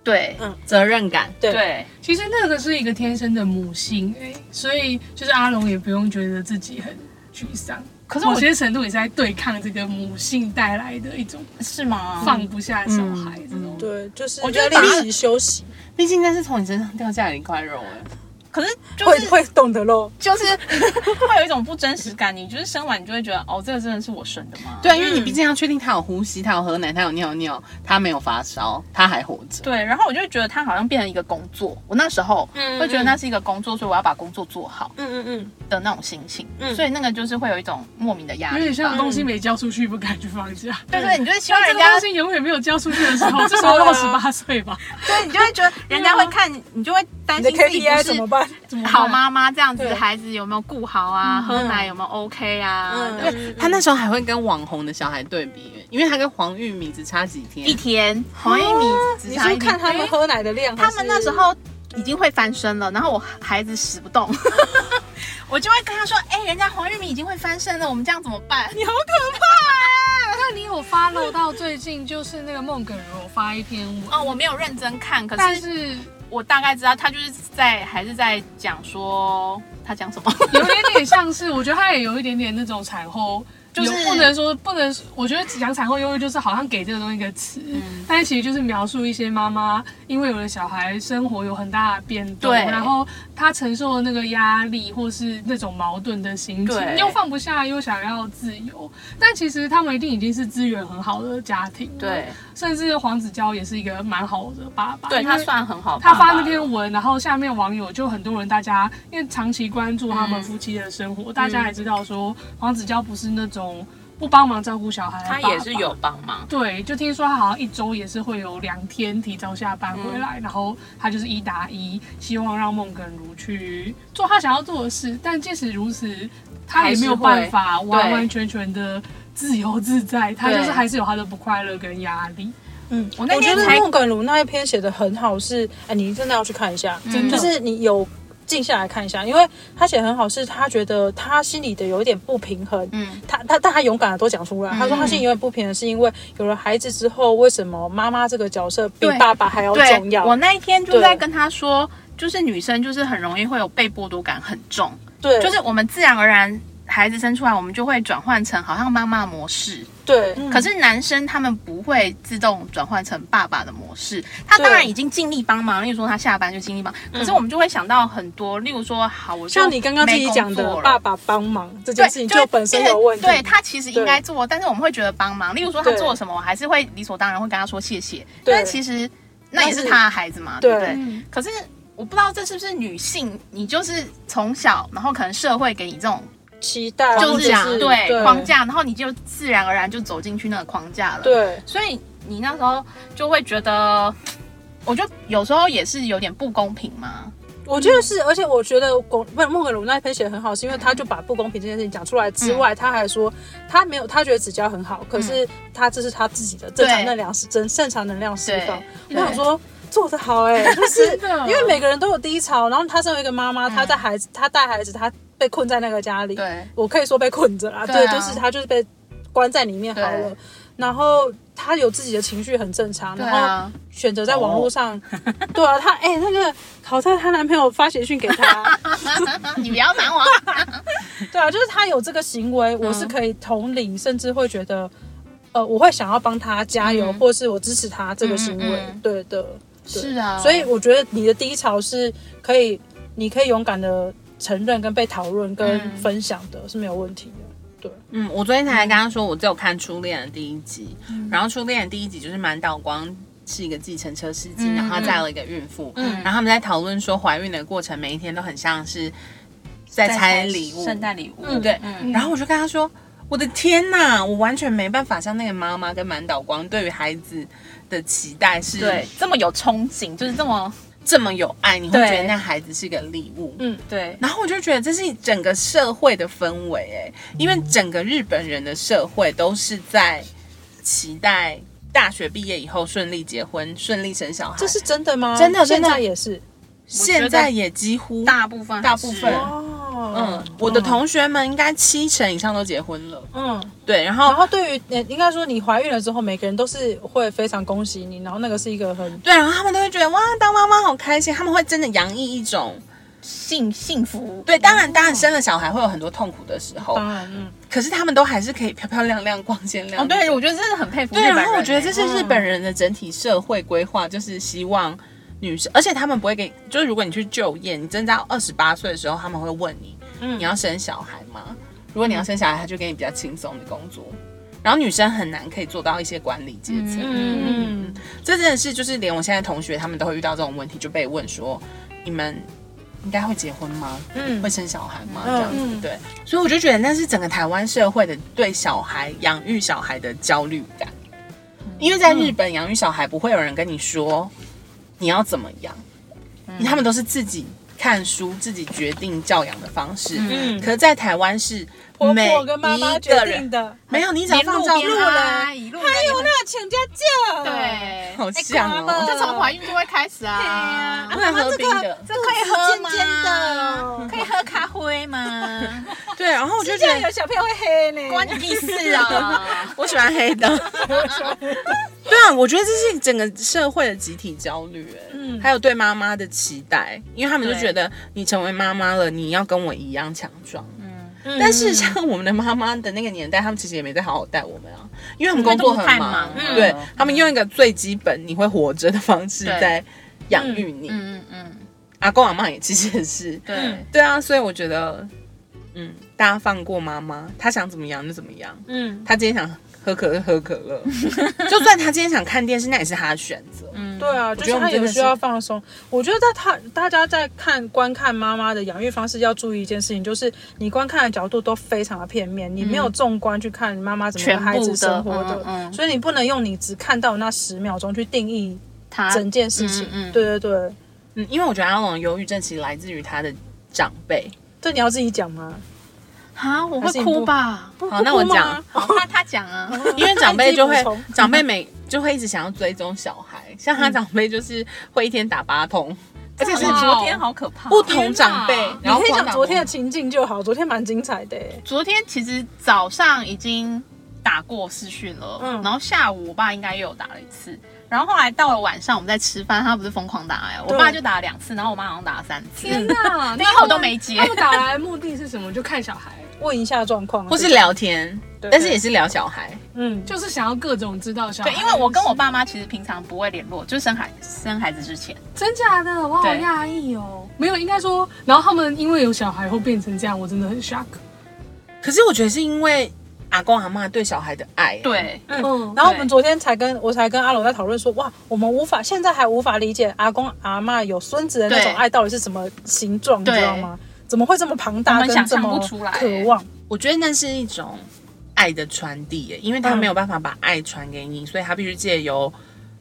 B: 对
C: 嗯
A: 责任感，
C: 对
B: 对，
D: 其实那个是一个天生的母性哎、所以就是阿龙也不用觉得自己很沮丧。可是某些程度也是在对抗这个母性带来的一种
B: 是吗？
D: 放不下小孩这种。
C: 对，就是
A: 我觉得
C: 要
A: 把
C: 练习休息，
A: 毕竟那是从你身上掉下来的一块肉、哎。
F: 可是就
C: 会
F: 是
C: 会懂得喽。
F: 就是 会有一种不真实感，你就是生完你就会觉得哦，这个真的是我生的吗？
A: 对，因为你毕竟要确定他有呼吸，他有喝奶，他有尿尿，他没有发烧，他还活着。
B: 对，然后我就会觉得它好像变成一个工作，我那时候
C: 嗯
B: 会觉得那是一个工作，所以我要把工作做好
C: 嗯嗯嗯，
B: 的那种心情，
C: 嗯
B: 所以那个就是会有一种莫名的压
D: 有点
B: 力
D: 像
B: 吧。
D: 东西没交出去不敢去放假，
B: 对对，你就是希望
D: 但
B: 人
D: 这个
B: 家
D: 东，西永远没有交出去的时 候，至少到十八岁 吧。
B: 对你就会觉得人家会看，你就会担
C: 你的
B: 心自己
C: KPI 怎么
B: 不
C: 办？
D: 怎么
B: 是
D: 办
B: 好？妈妈这样
C: 对
B: 子，孩子有没有顾好啊，喝奶有没有 OK 啊？
C: 嗯
B: 对
A: 他那时候还会跟网红的小孩对比，因为他跟黄玉米只差几天。
B: 一天黄玉米只
C: 你
B: 差
C: 说
B: 一
C: 看
B: 天，
C: 他们喝奶的量，
B: 他们那时候已经会翻身了，然后我孩子使不动，我就会跟他说：“哎、人家黄玉米已经会翻身了，我们这样怎么办？”你好可怕、
D: 你有 follow 到最近就是那个孟耿如发一篇文，
G: 哦，我没有认真看，可
D: 但
G: 是
D: 是
G: 我大概知道他就是在还是在讲说他讲什么，
D: 有一点点像是，我觉得他也有一点点那种产后，就是不能说不能，我觉得讲产后忧郁就是好像给这个东西一个词，
G: 嗯
D: 但是其实就是描述一些妈妈因为有了小孩，生活有很大的变动，
G: 对
D: 然后她承受的那个压力或是那种矛盾的心情，
G: 对
D: 又放不下又想要自由，但其实他们一定已经是资源很好的家庭，
G: 对，
D: 甚至黄子佼也是一个蛮好的爸爸，
G: 对
D: 因为
G: 他算很好爸
D: 他
G: 爸
D: 发
G: 了，
D: 那篇文，然后下面网友就很多人，大家因为长期关注他们夫妻的生活，大家也知道说黄子佼不是那种不帮忙照顾小孩的
G: 他
D: 爸
G: 也是
D: 爸
G: 有帮忙，
D: 对，就听说他好像一周也是会有两天提早下班回来，然后他就是一打一，希望让孟耿如去做他想要做的事。但即使如此，他也没有办法完完全全的自由自在，他就是还是有他的不快乐跟压力。
C: 嗯，
G: 我那
C: 我觉
G: 天
C: 得
G: 才
C: 孟耿如那一篇写的很好是，哎，你真的要去看一下，
B: 嗯
D: 真的
C: 就是你有静下来看一下，因为他写得很好，是他觉得他心里的有一点不平衡，
B: 嗯，
C: 他他但他勇敢的都讲出来，他说他心里有点不平衡，是因为有了孩子之后，为什么妈妈这个角色比
B: 对
C: 爸爸还要
B: 对
C: 重要？
B: 我那一天就在
C: 对
B: 跟他说，就是女生就是很容易会有被剥夺感很重，
C: 对，
B: 就是我们自然而然孩子生出来，我们就会转换成好像妈妈模式。
C: 对，
B: 可是男生他们不会自动转换成爸爸的模式，他当然已经尽力帮忙，例如说他下班就尽力帮，可是我们就会想到很多，例如说，好，我就
C: 嗯像你刚刚自己讲
B: 没工
C: 的
B: 作，了
C: 爸爸帮忙这
B: 对
C: 件事情就本身有问题，
B: 对他其实应该做，但是我们会觉得帮忙，例如说他
C: 对
B: 做了什么，我还是会理所当然会跟他说谢谢，
C: 对
B: 但其实那也是他的孩子嘛，
C: 对
B: 对不对？
G: 嗯
B: 可是我不知道这是不是女性，你就是从小，然后可能社会给你这种
C: 期待
B: 就
C: 或
B: 是
C: 者是
B: 对框，架，然后你就自然而然就走进去那个框架了，
C: 对
B: 所以你那时候就会觉得，我觉得有时候也是有点不公平嘛。
C: 我觉得是，而且我觉得龚不孟耿如那一篇写的很好，是因为他就把不公平这件事情讲出来之
B: 嗯
C: 外，他还说他没有，他觉得子娇很好，可是他这是他自己的正常
B: 对
C: 能量是正正常能量释放。我
B: 对
C: 想说。做得好 哎、就是
D: 的
G: 啊
C: 因为每个人都有低潮，然后她身为一个妈妈，她在孩子，她带孩子，她被困在那个家里，
B: 嗯对
C: 我可以说被困着啦，
B: 对啊
C: 就是她就是被关在里面好了
B: 对，
C: 然后她有自己的情绪很正常，
B: 对
C: 然后
B: 啊，
C: 选择在网络上，对啊，她哎、那个好在她男朋友发简讯给她，
B: 啊你不要哦瞒 我。
C: 对啊，就是她有这个行为，我是可以同理，甚至会觉得，呃，我会想要帮她加油，
B: 嗯
C: 或是我支持她这个行为，
B: 嗯嗯嗯
C: 对的，对
B: 是啊，
C: 所以我觉得你的低潮是可以，你可以勇敢的承认、跟被讨论、跟
B: 嗯
C: 分享的，是没有问题的。
A: 嗯，我昨天才跟他说，我只有看《初恋》的第一集，然后《初恋》的第一集就是满岛光是一个计程车司机，
B: 嗯
A: 然后他载了一个孕妇，
G: 嗯
A: 然后他们在讨论说怀孕的过程，每一天都很像是在拆礼物，
G: 圣诞礼物，
A: 对，
G: 嗯
A: 然后我就跟他说：“我的天呐，我完全没办法像那个妈妈跟满岛光对于孩子的期待是
G: 对，这么有憧憬，就是这么
A: 这么有爱，你会觉得
G: 对
A: 那孩子是个礼物。”
G: 对，
A: 然后我就觉得这是整个社会的氛围，哎，因为整个日本人的社会都是在期待大学毕业以后顺利结婚、顺利生小孩，
C: 这是真的吗？
A: 真的
C: 现
A: 真的
C: 在也是
A: 现在也几乎
G: 大部分
A: 大部分
B: 嗯
G: 还是
C: 哦，
A: 嗯，我的同学们应该七成以上都结婚了，
C: 嗯。
A: 对，然
C: 然
A: 后。
C: 后对于呃应该说你怀孕了之后，每个人都是会非常恭喜你，然后那个是一个很
A: 对，然后他们都会觉得哇，当妈妈好开心，他们会真的洋溢一种
G: 幸幸福，
A: 对，当然，当然生了小孩会有很多痛苦的时候，
C: 当然，嗯，
A: 可是他们都还是可以漂漂亮亮、光鲜亮
G: 哦，
A: 丽。
G: 对，我觉得真的很佩服日
A: 对，
G: 本人欸。
A: 然后我觉得这是日本人的整体社会规划，就是希望女生，而且他们不会给，就是如果你去就业，你真的到二十八岁的时候，他们会问你，
C: 嗯
A: 你要生小孩吗？如果你要生小孩，他就给你比较轻松的工作。然后女生很难可以做到一些管理阶层，
C: 嗯嗯，
A: 这真的是就是连我现在同学他们都会遇到这种问题，就被问说你们应该会结婚吗？
C: 嗯
A: 会生小孩吗？
C: 嗯
A: 这样子
C: 嗯
A: 对，所以我就觉得那是整个台湾社会的对小孩养育小孩的焦虑感，
C: 嗯
A: 因为在日本养育小孩不会有人跟你说你要怎么养，
C: 嗯
A: 他们都是自己看书自己决定教养的方式，
C: 嗯
A: 可是在台湾是
C: 婆
A: 每
C: 婆跟妈妈
A: 一
C: 决
A: 个
C: 定
A: 人
C: 的，
A: 没有你只要放照片啊
B: 路人，一路人也会，
C: 那个请家教，
B: 对，
A: 好像哦，
C: 哎
B: 这从怀孕就会开始啊。
A: 不能合冰的。
B: 这可以喝吗
G: 可以喝咖啡吗？
A: 对，然后我就觉得
C: 小朋友会黑呢
B: 关你屁事啊！
A: 我喜欢 黑的。对啊，我觉得这是整个社会的集体焦虑，嗯，还有对妈妈的期待，因为他们就觉得你成为妈妈了，你要跟我一样强壮。
G: 嗯
A: 但事实上，我们的妈妈的那个年代，他们其实也没在好好带我们啊，因为我们工作很
G: 因为都
A: 忙，
G: 太忙了
A: 对
G: 嗯
A: 他们用一个最基本你会活着的方式
G: 对
A: 在养育你。
G: 嗯嗯，
A: 阿公阿妈也其实也是，
B: 嗯
G: 对，
A: 对啊，所以我觉得，嗯，大家放过妈妈，她想怎么样就怎么样。
C: 嗯，
A: 她今天想喝可乐，喝可 乐，就算她今天想看电视，那也是她的选择。
G: 嗯，
C: 对啊，就是
A: 我们
C: 他
A: 真的
C: 有
A: 是
C: 需要放松。我觉得在他大家在看观看妈妈的养育方式，要注意一件事情，就是你观看的角度都非常的片面，你没有纵观去看妈妈怎么跟孩子生活
B: 全部的嗯嗯
C: 所以你不能用你只看到那十秒钟去定义
B: 他
C: 整件事情。
B: 嗯嗯
C: 对对对，
A: 嗯，因为我觉得阿龙的忧郁症其实来自于他的长辈。
C: 这你要自己讲吗？
B: 啊，我
C: 还是你
B: 会
C: 不
B: 哭吧？
A: 好，那我
C: 哭吗
A: 讲，
B: 好，那他讲啊，
A: 因为长辈就会
C: 自己补充嗯
A: 长辈每就会一直想要追踪小孩，像他长辈就是会一天打八通，而且是
D: 哇
G: 昨天好可怕，
A: 不同长辈
D: 天哪，
A: 然
C: 哦你
A: 后
C: 可以
A: 狂
C: 讲
A: 打
C: 昨天的
A: 不
C: 情境就好，昨天蛮精彩的欸。
B: 昨天其实早上已经
G: 打过视讯了，
C: 嗯
B: 然后下午我爸应该又有打了一次，然后后来到了晚上我们在吃饭，他不是疯狂打哎、我
C: 对
B: 爸就打了两次，然后我妈好像打了三次，
D: 天哪，
B: 那一号都没接
D: 他们打来的目的是什么？就看小孩，
C: 问一下状况啊，
A: 或是聊天，
C: 对，
A: 但是也是聊小孩。
C: 嗯，
D: 就是想要各种知道小孩。
B: 对，因为我跟我爸妈其实平常不会联络，就是生孩生孩子之前，
D: 真假的，我好
B: 对
D: 讶异哦。没有，应该说，然后他们因为有小孩会变成这样，我真的很 shock。
A: 可是我觉得是因为阿公阿妈对小孩的爱，啊
B: 对，
D: 嗯，
C: 然后我们昨天才跟我才跟阿龙在讨论说，哇，我们无法现在还无法理解阿公阿嬷有孙子的那种
B: 对
C: 爱到底是什么形状，你
B: 对
C: 知道吗？怎么会这么庞
B: 我
C: 大
B: 们
C: 跟
B: 想
C: 这
B: 象
C: 么
B: 不出来
C: 渴望？
A: 我觉得那是一种爱的传递耶，因为他没有办法把爱传给你，所以他必须借由，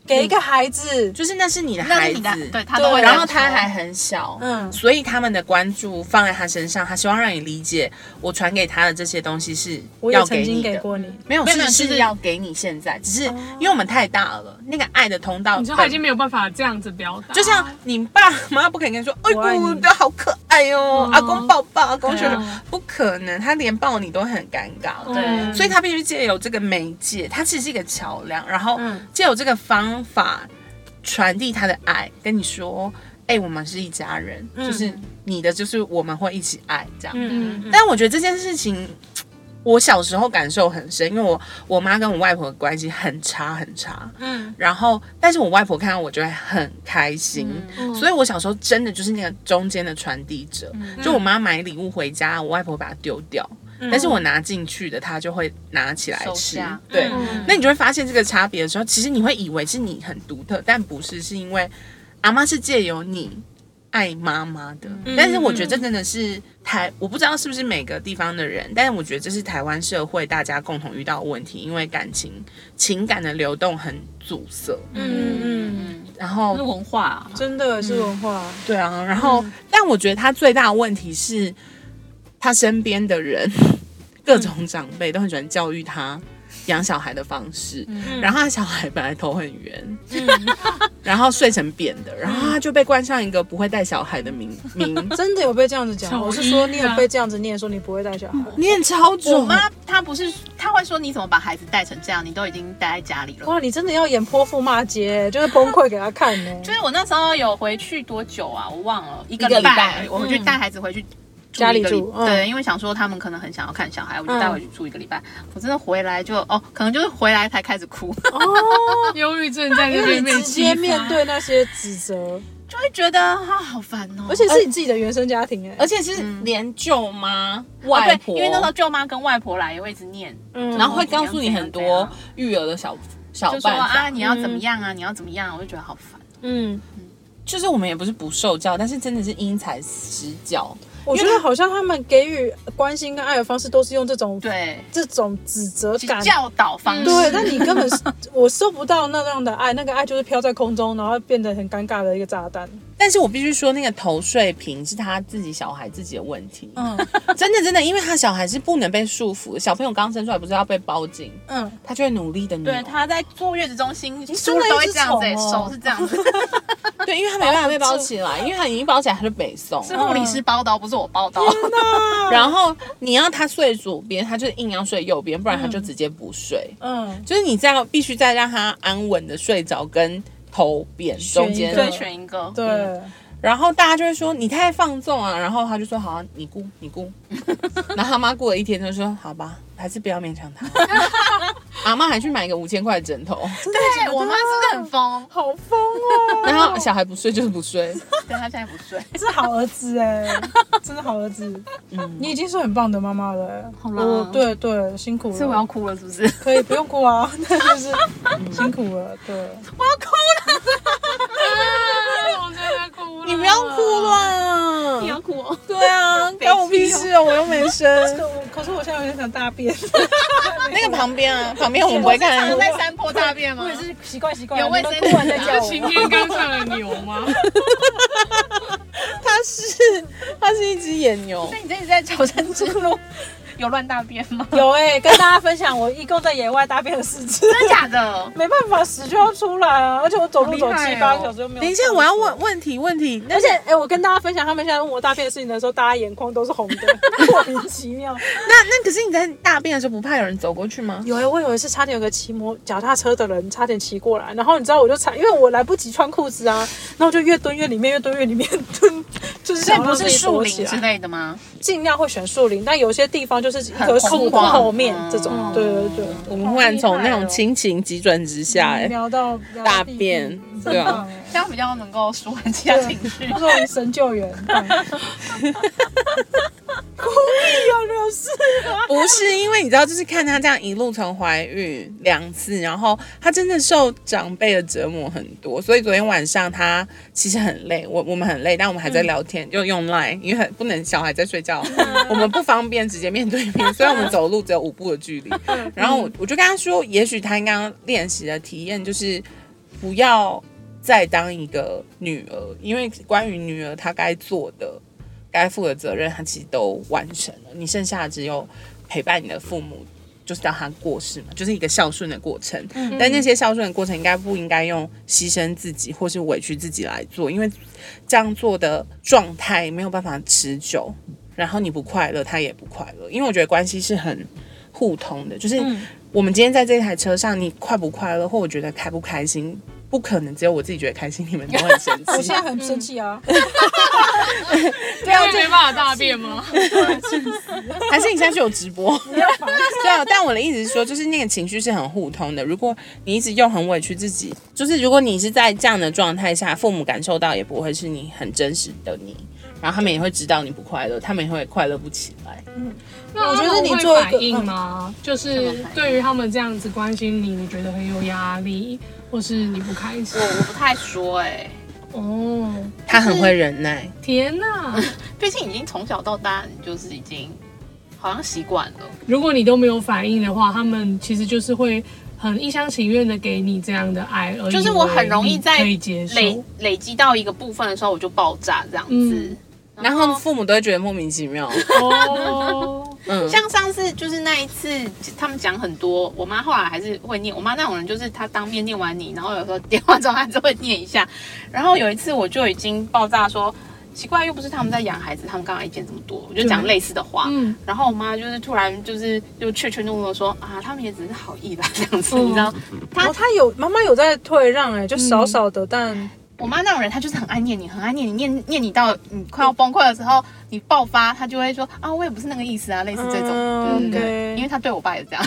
C: 给一个孩子，
A: 就是那是你的
B: 那
A: 孩
B: 是
A: 子
B: 你的，，对他
C: 对
B: 都会这
A: 然
B: 样说，
A: 后他还很小，
C: 嗯
A: 所以他们的关注放在他身上，他希望让你理解我传给他的这些东西是
C: 我也
A: 要
C: 曾
A: 给
C: 经
A: 你
C: 给
A: 的。
C: 过你，
A: 没有，
B: 没
A: 是
B: 有没有就是
A: 是要给你现在，只是因为我们太大了，那个爱的通道，
D: 你说他已经没有办法这样子表达，
A: 就像你爸妈不可能跟你说，哎
C: 我爱
A: 呦，
C: 你
A: 你好可爱哦，阿公抱抱，阿公
D: 对
A: 说
D: 啊
A: 说，不可能，他连抱你都很尴尬，
C: 嗯
G: 对
A: 所以他必须借由这个媒介，它其实是一个桥梁，然后
C: 嗯
A: 借由这个方法传递他的爱，跟你说，哎、我们是一家人，就是你的就是我们会一起爱这样。
C: 嗯
A: 但我觉得这件事情，我小时候感受很深，因为我我妈跟我外婆的关系很差很差，
C: 嗯
A: 然后但是我外婆看到我就会很开心。所以，我小时候真的就是那个中间的传递者。就我妈买礼物回家，我外婆把它丢掉，但是我拿进去的，她就会拿起来
B: 收
A: 吃
B: 下。
A: 对，
D: 嗯
A: 那你就会发现这个差别的时候，其实你会以为是你很独特，但不是，是因为阿妈是借由你爱妈妈的。但是我觉得这真的是台，我不知道是不是每个地方的人，但是我觉得这是台湾社会大家共同遇到的问题，因为感情情感的流动很阻塞，
C: 嗯嗯，
A: 然
G: 这是
A: 后
G: 文化啊，
C: 真的是文化，，
A: 对啊，然后、但我觉得他最大的问题是，他身边的人 各种长辈都很喜欢教育他养小孩的方式，然后他小孩本来头很圆， 然后睡成扁的，然后他就被冠上一个不会带小孩的名 名
C: 真的有被这样子讲。
D: 小
C: 我是说，
D: 一
C: 你
D: 啊
C: 有被这样子念说你不会带小孩，
A: 念超
B: 我
A: 准。
B: 妈她不是，她会说你怎么把孩子带成这样？你都已经待在家里了。
C: 哇，你真的要演泼妇骂街，就是崩溃给他看呢。
B: 就是我那时候有回去多久啊？我忘了，一个
A: 一个
B: 礼
A: 礼拜
B: 拜，嗯我们就带孩子回去
C: 家里
B: 一个礼
C: 住嗯
B: 对，因为想说他们可能很想要看小孩，我就带
C: 嗯
B: 回去住一个礼拜。我真的回来就哦，可能就是回来才开始哭，
D: 忧郁症在
C: 因
D: 那
C: 为哦 你
D: 边被
C: 直接
D: 激发
C: 面，对那些指责，
B: 就会觉得啊好烦哦。
C: 而且是你自己的原生家庭哎，
A: 而且是连舅妈、
B: 哦
A: 外
B: 对，
A: 婆，
B: 因为那时候舅妈跟外婆来也会一直念，
C: 嗯
A: 然后会告诉你很
B: 怎样
A: 多育儿的小小
B: 就说
A: 办法
B: 啊，你要怎么样啊，你要怎么样啊，我就觉得好烦。
C: 嗯。
A: 就是我们也不是不受教，但是真的是因材施教。
C: 我觉得好像他们给予关心跟爱的方式都是用这种
B: 对，
C: 这种指责
B: 其实
C: 感。
B: 教导方式，
C: 对，但你根本是 我收不到那样的爱，那个爱就是飘在空中，然后变得很尴尬的一个炸弹。
A: 但是我必须说，那个头睡平是他自己小孩自己的问题。
C: 嗯
A: 真的真的，因为他小孩是不能被束缚的，小朋友刚生出来不是要被包紧，
C: 嗯，
A: 他就会努力的扭。
B: 对，他在坐月子中心，
C: 生
B: 书
C: 了一
B: 都会
C: 只
B: 这样子欸，
C: 虫哦
B: 手是这样子，
A: 对，因为他没办法被包起来，因为他已经包起来，他就北宋。
B: 是啊护理师包刀，不是我包刀。
A: 然后你要他睡左边，他就硬要睡右边，不然他就直接不睡。
G: 嗯，
A: 就是你这样必须再让他安稳的睡着跟头扁中间。
G: 对，选一个，
C: 对，
A: 然后大家就会说你太放纵啊，然后他就说好、啊，你顾你 顾。然后他妈过了一天就说好吧，还是不要勉强他。 阿妈还去买一个五千块的枕头，
C: 啊
B: 对我妈是不是很疯？
C: 好疯哦，
A: 然后小孩不睡就是不睡。
B: 对她现在不 睡，
C: 是好儿子哎、真的好儿子。你已经是很棒的妈妈了，欸好
G: 啦
C: 对对，辛苦了。
G: 所以我要哭了，是不是？
C: 可以不用哭啊， 但就是辛苦了，对。
D: 我真的哭了。
A: 你不要哭啦！
C: 嗯
G: 你要哭哦，
A: 对啊，关啊我屁事哦，我又没生。
C: 可是我现在有点想大便，
A: 那个旁边啊，旁边我们不会看
B: 常在山坡大便吗
C: 我？也是习惯习惯，
B: 有卫
C: 你们
B: 生
C: 哭完再
B: 纸
C: 叫
D: 晴
C: 我。
D: 天刚上了牛吗？
A: 它是它是一只野牛，
G: 那你这是在朝山之路有乱大便 吗？
C: 有哎、跟大家分享我一共在野外大便的事情，
B: 真假的？
C: 没办法，屎就要出来啊！而且我走路走
G: 好厉害
C: 七
G: 哦
C: 八个小时都没有。
A: 等一下，我要问问题问题，那
C: 而且，哎、我跟大家分享，他们现在问我大便的事情的时候，大家眼眶都是红的， 莫名其妙。
A: 那那可是你在大便的时候不怕有人走过去吗？
C: 有哎、我有一次差点有个骑摩脚踏车的人差点骑过来，然后你知道我就踩，因为我来不及穿裤子啊，然后我就越蹲越里面，越蹲越里面蹲，就是
B: 所以
C: 想
B: 不
C: 让自
B: 是
C: 己
B: 树
C: 躲
B: 林
C: 起
B: 之
C: 来。
B: 类的吗？
C: 尽量会选树林，但有些地方就是一棵树
A: 空
C: 在
A: 旷
C: 后面这种，
B: 嗯
C: 对对对。
A: 我们忽然从那种亲情急转直下，哎，
C: 聊到聊到
A: 大
C: 地
A: 便
C: 地
A: 对啊
C: 真棒哎
B: 这样比较能够舒缓其他情绪。
C: 他说我神救援，棒 故意有没有事？
A: 不是因为你知道，就是看她这样一路从怀孕两次，然后她真的受长辈的折磨很多，所以昨天晚上她其实很累，我我们很累，但我们还在聊天，就用 Line，因为很不能小孩在睡觉，我们不方便直接面对面，所以我们走路只有五步的距离。然后我我就跟她说，也许她应该练习的体验就是不要再当一个女儿，因为关于女儿她该做的。该负的责任，她其实都完成了。你剩下的只有陪伴你的父母，就是让他过世嘛，就是一个孝顺的过程。
C: 嗯
A: 但那些孝顺的过程，应该不应该用牺牲自己或是委屈自己来做？因为这样做的状态没有办法持久，然后你不快乐，他也不快乐。因为我觉得关系是很互通的，就是
C: 嗯
A: 我们今天在这台车上，你快不快乐，或我觉得开不开心。不可能只有我自己觉得开心，你们都很生气。
C: 我现在很生气啊！
B: 嗯
D: 这样没办法大便吗？
A: 还是你现在就有直 播？对啊，但我的意思是说，就是那个情绪是很互通的。如果你一直又很委屈自己，就是如果你是在这样的状态下，父母感受到也不会是你很真实的你，然后他们也会知道你不快乐，他们也会快乐不起来。
D: 那
C: 我觉得你
D: 他们会
C: 做一个
D: 反应吗？就是对于他们这样子关心你，你觉得很有压力，或是你不开心
G: 我？我不太说
C: 欸
G: 哎，
D: 哦，
A: 他很会忍耐，
D: 天哪！
B: 毕竟已经从小到大，你就是已经好像习惯了。
D: 如果你都没有反应的话，他们其实就是会很一厢情愿的给你这样的爱，而
B: 就是我很容易在
D: 以为你可以接
B: 累
D: 受。
B: 累积到一个部分的时候，我就爆炸这样子
D: 嗯。
A: 然后父母都会觉得莫名其妙。
D: 哦，
A: 嗯，
B: 像上次就是那一次，他们讲很多，我妈后来还是会念。我妈那种人就是她当面念完你，然后有时候电话中还是会念一下。然后有一次我就已经爆炸说，奇怪，又不是他们在养孩子，他们刚刚意见这么多，我就讲类似的话。
D: 嗯，
B: 然后我妈就是突然就是就怯怯懦懦地说啊，他们也只是好意啦这样子，
D: 嗯
B: 你知道？她
C: 然哦后他有妈妈有在退让哎、就
B: 嗯
C: 少少的，但
B: 我妈那种人，她就是很爱念你，很爱念你，念念你到你快要崩溃的时候，你爆发，她就会说啊，我也不是那个意思啊，类似这种，
C: 嗯
B: 对对对，
C: OK
B: 因为她对我爸也这样，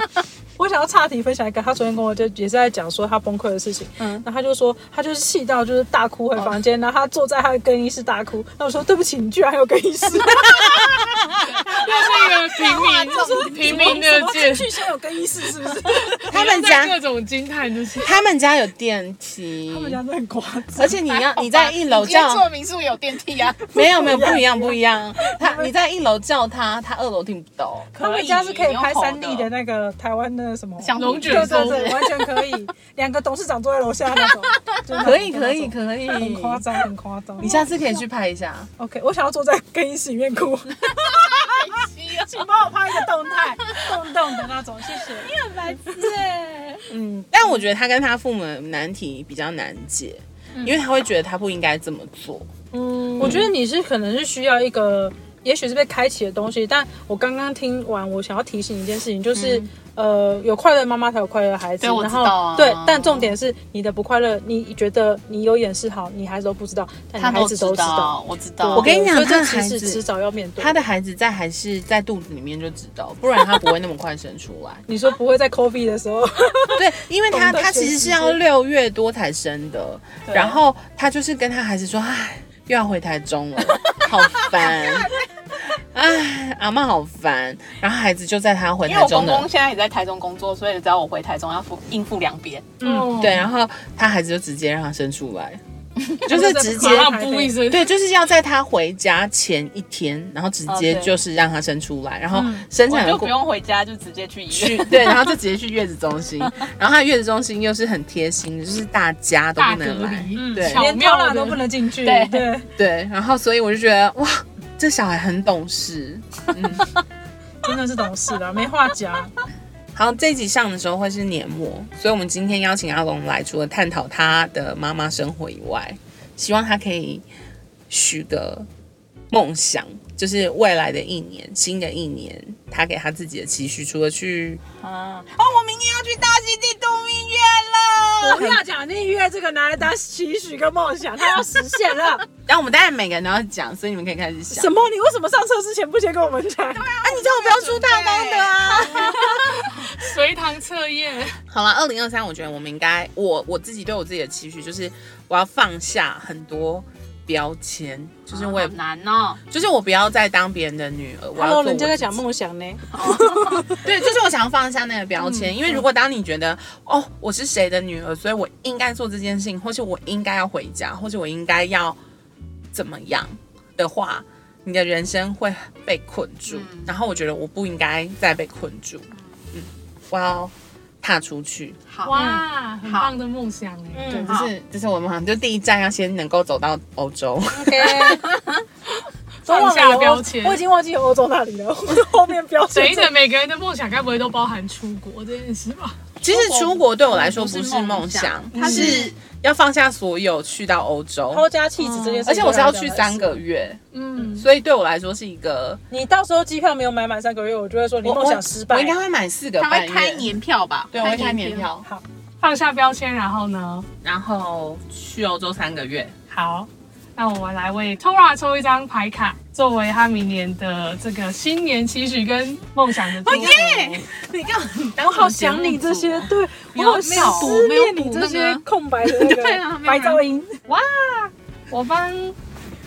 C: 我想要岔题分享一个，他昨天跟我就也是在讲说他崩溃的事情，嗯，哦然后他就说他就是气到就是大哭回房间，然后他坐在他的更衣室大哭，那我说对不起，你居然还有更 衣室，
D: 那个平民平民的
C: 进
D: 见
C: 去先有更衣室是不是？
A: 他们
D: 在
A: 家
D: 各种惊叹，就是
A: 他们家有电梯
C: 他，们家真的很夸张，
A: 而且你要你在一楼
B: 你今 天
A: 叫
B: 住的民宿也有电梯啊，
A: 没有没有不一样不一样，他你在一楼叫他，他二楼听不到。
C: 他们家是可以拍
B: 你有吼
C: 三 D 的那个台湾的什么。
B: 像
D: 龙卷
C: 对对
D: 风
C: 对，完全可 以。两个董事长坐在楼下那 种，就那种
A: 可以可以，可以，
C: 很夸张，很夸张
A: 你。下次可以去拍一下。
C: OK，我想要坐在更衣室里面哭， 请帮我拍一个动态，动动的那种，谢谢。
A: 嗯，但我觉得他跟他父母的难题比较难解，因为他会觉得他不应该这么做。
C: 我觉得你是可能是需要一个，也许是被开启的东西。但我刚刚听完，我想要提醒一件事情，就是、呃，有快乐的妈妈才有快乐的孩子。
B: 嗯对我
C: 然
B: 知
C: 后
B: 道啊
C: 对，但重点是你的不快乐，你觉得你有掩饰好，你孩子都不知道，但你
B: 他
C: 孩
B: 都
C: 子
B: 知
C: 都知道。
B: 道，我知
C: 对
B: 道。
A: 我跟你讲
C: 所以
A: 他
C: 这
A: 的
C: 其
A: 孩
C: 实
A: 子
C: 迟早要面对。。
A: 他的孩子在还是在肚子里面就知道，不然他不会那么快生出来
C: 你说不会在 COVID 的时候，
A: 对，因为他
C: 懂得
A: 他其
C: 学
A: 实
C: 习
A: 是要六月多才生的，然后他就是跟他孩子说，唉，又要回台中了，好烦。唉，阿妈好烦，然后孩子就在他回
G: 因为
A: 台
G: 我
A: 中
G: 公
A: 的
G: 公现在也在台中工作，所以只要我回台中要付应付两边。
D: 嗯，
A: 对，然后他孩子就直接让他生出来，就是直接
D: 马上不一声，
A: 对，就是要在他回家前一天，然后直接
G: 哦对嗯
A: 就是让他生出来，然后生
G: 我
A: 产
G: 就
A: 的
G: 不
A: 过
G: 用回家，就直接去医
A: 去
G: 院。
A: 对，然后就直接去月子 中心，然后他月子中心又是很贴心的，就是大家都
D: 大
A: 不
D: 隔
A: 能来，
D: 离，嗯
A: 对
D: 巧
C: 连
D: 妙
C: 偷
D: 的
C: 懒都不能进去。
G: 对
C: 对，
A: 对，然后所以我就觉得哇，这小孩很懂事。
C: 真的是懂事了，没话 讲。
A: 好，这一集上的时候会是年末，所以我们今天邀请阿龙来，除了探讨他的妈妈生活以外，希望他可以许个梦想，就是未来的一年，新的一年，他给他自己的期许，除了去
G: 啊！哦，我明天要去大溪地度蜜月了。
C: 不要讲订阅这个拿来当期许跟梦想，它要实现了。
A: 然后我们当然每个人都要讲，所以你们可以开始想
C: 什。么？你为什么上车之前不先跟我们讲？
A: 啊，你叫我不要住大方的啊！
D: 随堂测验，
A: 好了，二零二三，我觉得我们应该，我我自己对我自己的期许就是，我要放下很多标签，就是我也、
G: 难哦，
A: 就是我不要再当别人的女儿，我要做
C: Hello，
A: 我
C: 人家在
A: 自己
C: 讲梦想呢。
A: 对，就是我想要放下那个标签，因为如果当你觉得哦，我是谁的女儿，所以我应该做这件事情，或是我应该要回家，或是我应该要怎么样的话，你的人生会被困住。然后我觉得我不应该再被困住，嗯，我要踏出去。
D: 哇，很棒的梦想
C: 嗯
D: 哎，
A: 对，这是这是我们好像就第一站要先能够走到欧洲。
D: 放下
C: 我忘了
D: 标签
C: 我我已经忘记欧洲那里了， 我后面标签。
D: 谁的每个人的梦想该不会都包含出国这件事吧？
A: 其实出国对我来说
G: 不是
A: 不是梦
G: 梦
A: 想
G: 想，
A: 它是要放下所有去到欧洲。
C: 抛家弃子这件事，
A: 而且我是要去三。个月，
D: 嗯，
A: 所以对我来说是一个
C: 你到时候机票没有买满三个月，我就会说你
A: 我
C: 梦想失败。
A: 我应该会买四个
B: 他
A: 半
B: 会
A: 月，
B: 开年票吧？
A: 对，我会开年票，
D: 放下标签，然后呢？
A: 然后去欧洲三个月。
D: 好，那我们来为 Tora 抽一张牌卡，作为他明年的这个新年期许跟梦想的祝
A: 哦
D: 福。
A: 你干嘛？
C: 我好想你这些，对我好
G: 没有补
C: 思
G: 没有
C: 念
G: 补
C: 你
G: 那
C: 这
G: 个
C: 些空白的那
D: 对啊
C: 个
D: 没有
C: 白噪音。
D: 哇，我帮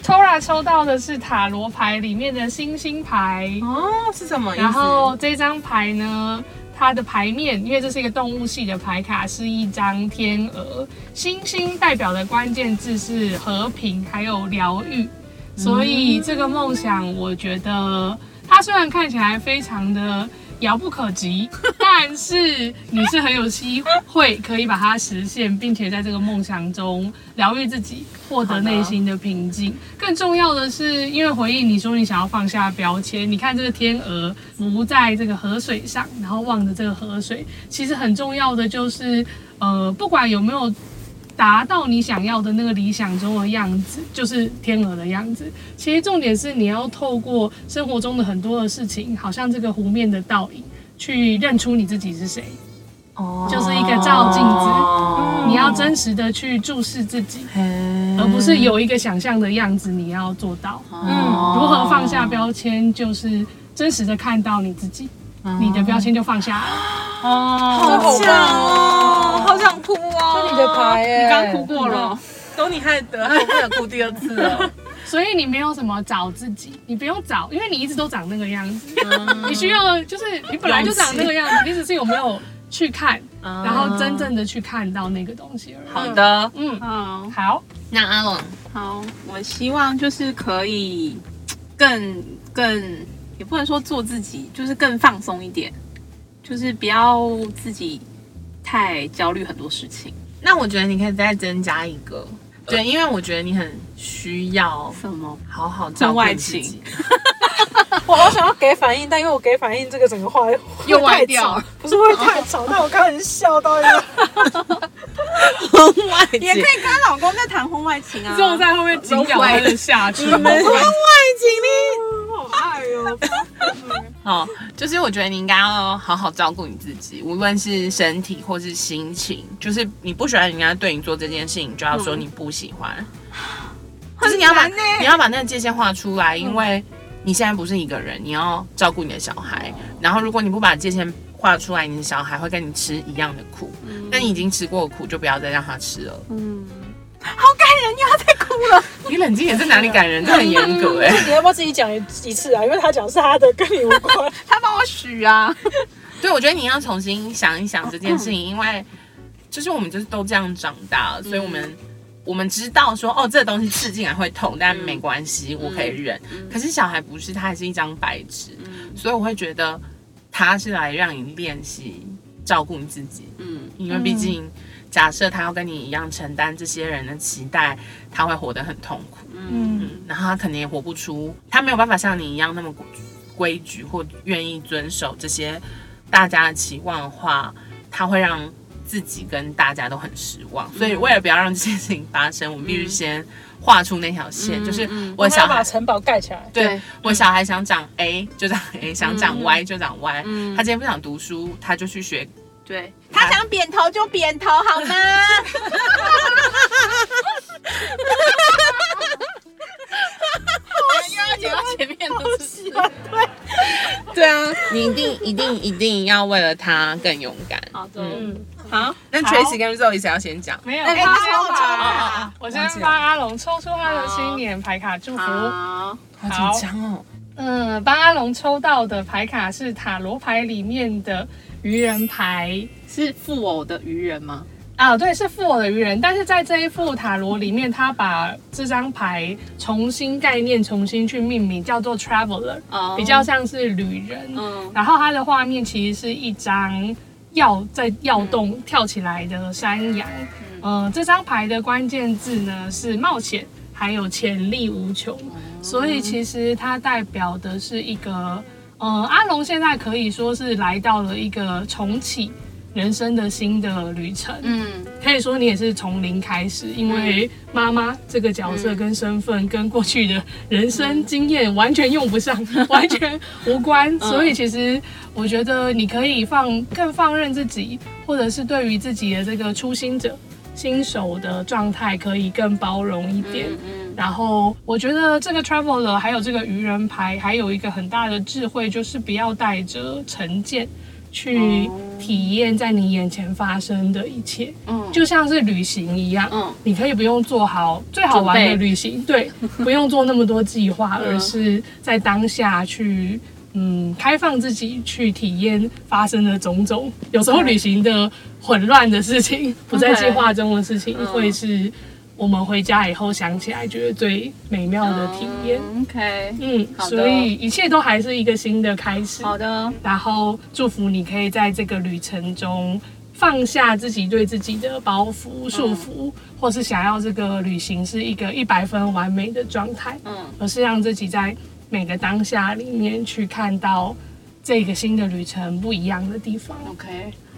D: Tora 抽到的是塔罗牌里面的星星牌，
A: 哦，是什么意思？
D: 然后这张牌呢，它的牌面，因为这是一个动物系的牌卡，是一张天鹅，星星代表的关键字是和平，还有疗愈，所以这个梦想，我觉得它虽然看起来非常的。遥不可及， 但是你是很有机会可以把它实现，并且在这个梦想中疗愈自己，获得内心的平静。更重要的是，因为回应你说你想要放下标签，你看这个天鹅浮在这个河水上，然后望着这个河水，其实很重要的就是，呃，不管有没有达到你想要的那个理想中的样子，就是天鹅的样子。其实重点是你要透过生活中的很多的事情，好像这个湖面的倒影，去认出你自己是谁。哦，就是一个照镜子，你要真实的去注视自己，而不是有一个想象的样子你要做到。
C: 嗯，
D: 如何放下标签，就是真实的看到你自己，你的标签就放下了。
C: 这好棒
G: 哦，好想哭哦。
C: 这你的牌耶
G: 你刚哭过了。
A: 都你害得，害我不想哭第二次了。
D: 所以你没有什么找自己，你不用找，因为你一直都长那个样子。你需要就是你本来就长那个样子，你只是有没有去看，然后真正的去看到那个东西而已。
A: 好的，
D: 嗯，
G: 嗯，
D: 好，
A: 那阿龙，
G: 好，我希望就是可以更更，也不能说做自己，就是更放松一点，就是不要自己太焦虑很多事情。
A: 那我觉得你可以再增加一个，对，因为我觉得你很需要
G: 什么？
A: 好好照顾你自 己。
C: 我好想要给反应，但因为我给反应这个整个话
G: 又歪
C: 太
G: 掉
C: 吵，不是会太吵，但我刚刚已经笑到一个
A: 很外
G: 也
A: 景
G: 可。以跟老公在谈婚外情啊。
D: 之后在后面紧咬他的下去。
G: 好爱
C: 哎
G: 哦，
A: 好，就是我觉得你应该要好好照顾你自己，无论是身体或是心情。就是你不喜欢人家对你做这件事情，你就要说你不喜欢。就是你要把、你要把那个界限画出来，因为你现在不是一个人，你要照顾你的小孩。然后如果你不把界限画出来，你的小孩会跟你吃一样的苦。那、你已经吃过的苦，就不要再让他吃了。
G: 好感人，又要再哭了。
A: 你冷静也是哪里感人？这很严格哎、
C: 你要不要自己讲一一次啊？因为他讲是他的，跟你无关。
G: 他帮我许啊，
A: 对，我觉得你要重新想一想这件事情，因为就是我们就是都这样长大，所以我们我们知道说哦，这个东西吃进来会痛，但没关系，我可以忍。可是小孩不是，他还是一张白纸，所以我会觉得他是来让你练习照顾你自己，
B: 嗯，
A: 因为毕竟假设他要跟你一样承担这些人的期待，他会活得很痛苦。
D: 嗯，
A: 嗯然后他可能也活不出，他没有办法像你一样那么规矩或愿意遵守这些大家的期望的话，他会让自己跟大家都很失望。所以为了不要让这件事情发生，我们必须先画出那条线，就是 我
C: 他
A: 小
C: 要把
A: 孩。
C: 城堡盖起来。
A: 对
B: 对
A: 我小孩想长 A 就长 A，想长 Y 就长 Y。他今天不想读书，他就去学。
G: 对他想扁头就扁头好吗？
B: 姐到前面都是
A: 对啊，你一定一定一定要为了他更勇敢。
G: 好的，
C: 嗯，
G: 好，
A: 那 Tracy 跟 Zoe 谁要先讲？
D: 没有，
G: 哎
D: 他
G: 他
D: 抽
G: 抽卡
D: 卡，我先帮阿龙抽出他的新年牌卡祝福。
G: 好，
A: 好紧张哦。
D: 嗯，帮阿龙抽到的牌卡是塔罗牌里面的愚人牌。
B: 是富偶的愚人吗？
D: 啊，对，是富我的愚人，但是在这一副塔罗里面，他把这张牌重新概念、重新去命名，叫做 Traveler，、
G: 哦
D: 比较像是旅人。
G: 嗯
D: 然后它的画面其实是一张要在要洞、跳起来的山羊。嗯、这张牌的关键字呢是冒险，还有潜力无穷，所以其实它代表的是一个，呃，阿龙现在可以说是来到了一个重启人生的新的旅程。
B: 嗯，
D: 可以说你也是从零开始，因为妈妈这个角色跟身份跟过去的人生经验完全用不上， 完全无关。 所以其实我觉得你可以放更放任自己，或者是对于自己的这个初心者、新手的状态可以更包容一点。
B: 嗯
D: 然后我觉得这个 traveler 还有这个愚人牌，还有一个很大的智慧就是不要带着成见。去
B: 哦
D: 体验在你眼前发生的一切，
B: 嗯
D: 就像是旅行一样，
B: 嗯
D: 你可以不用做好最好玩的
B: 准备嗯
D: 旅行，对， 不用做那么多计划，而是在当下去。嗯，开放自己去体验发生的种种，有时候旅行的混乱的事情，不在计划中的事情，会
G: 嗯
D: 是我们回家以后想起来觉得最美妙的体验。
G: ，OK，
D: 嗯，
G: 好的
D: 所以一切都还是一个新的开始。
G: 好的，
D: 然后祝福你可以在这个旅程中放下自己对自己的包袱束
G: 嗯
D: 缚，或是想要这个旅行是一个一百分完美的状态，
G: 嗯，
D: 而是让自己在每个当下里面去看到这个新的旅程不一样的地方。
B: ，OK，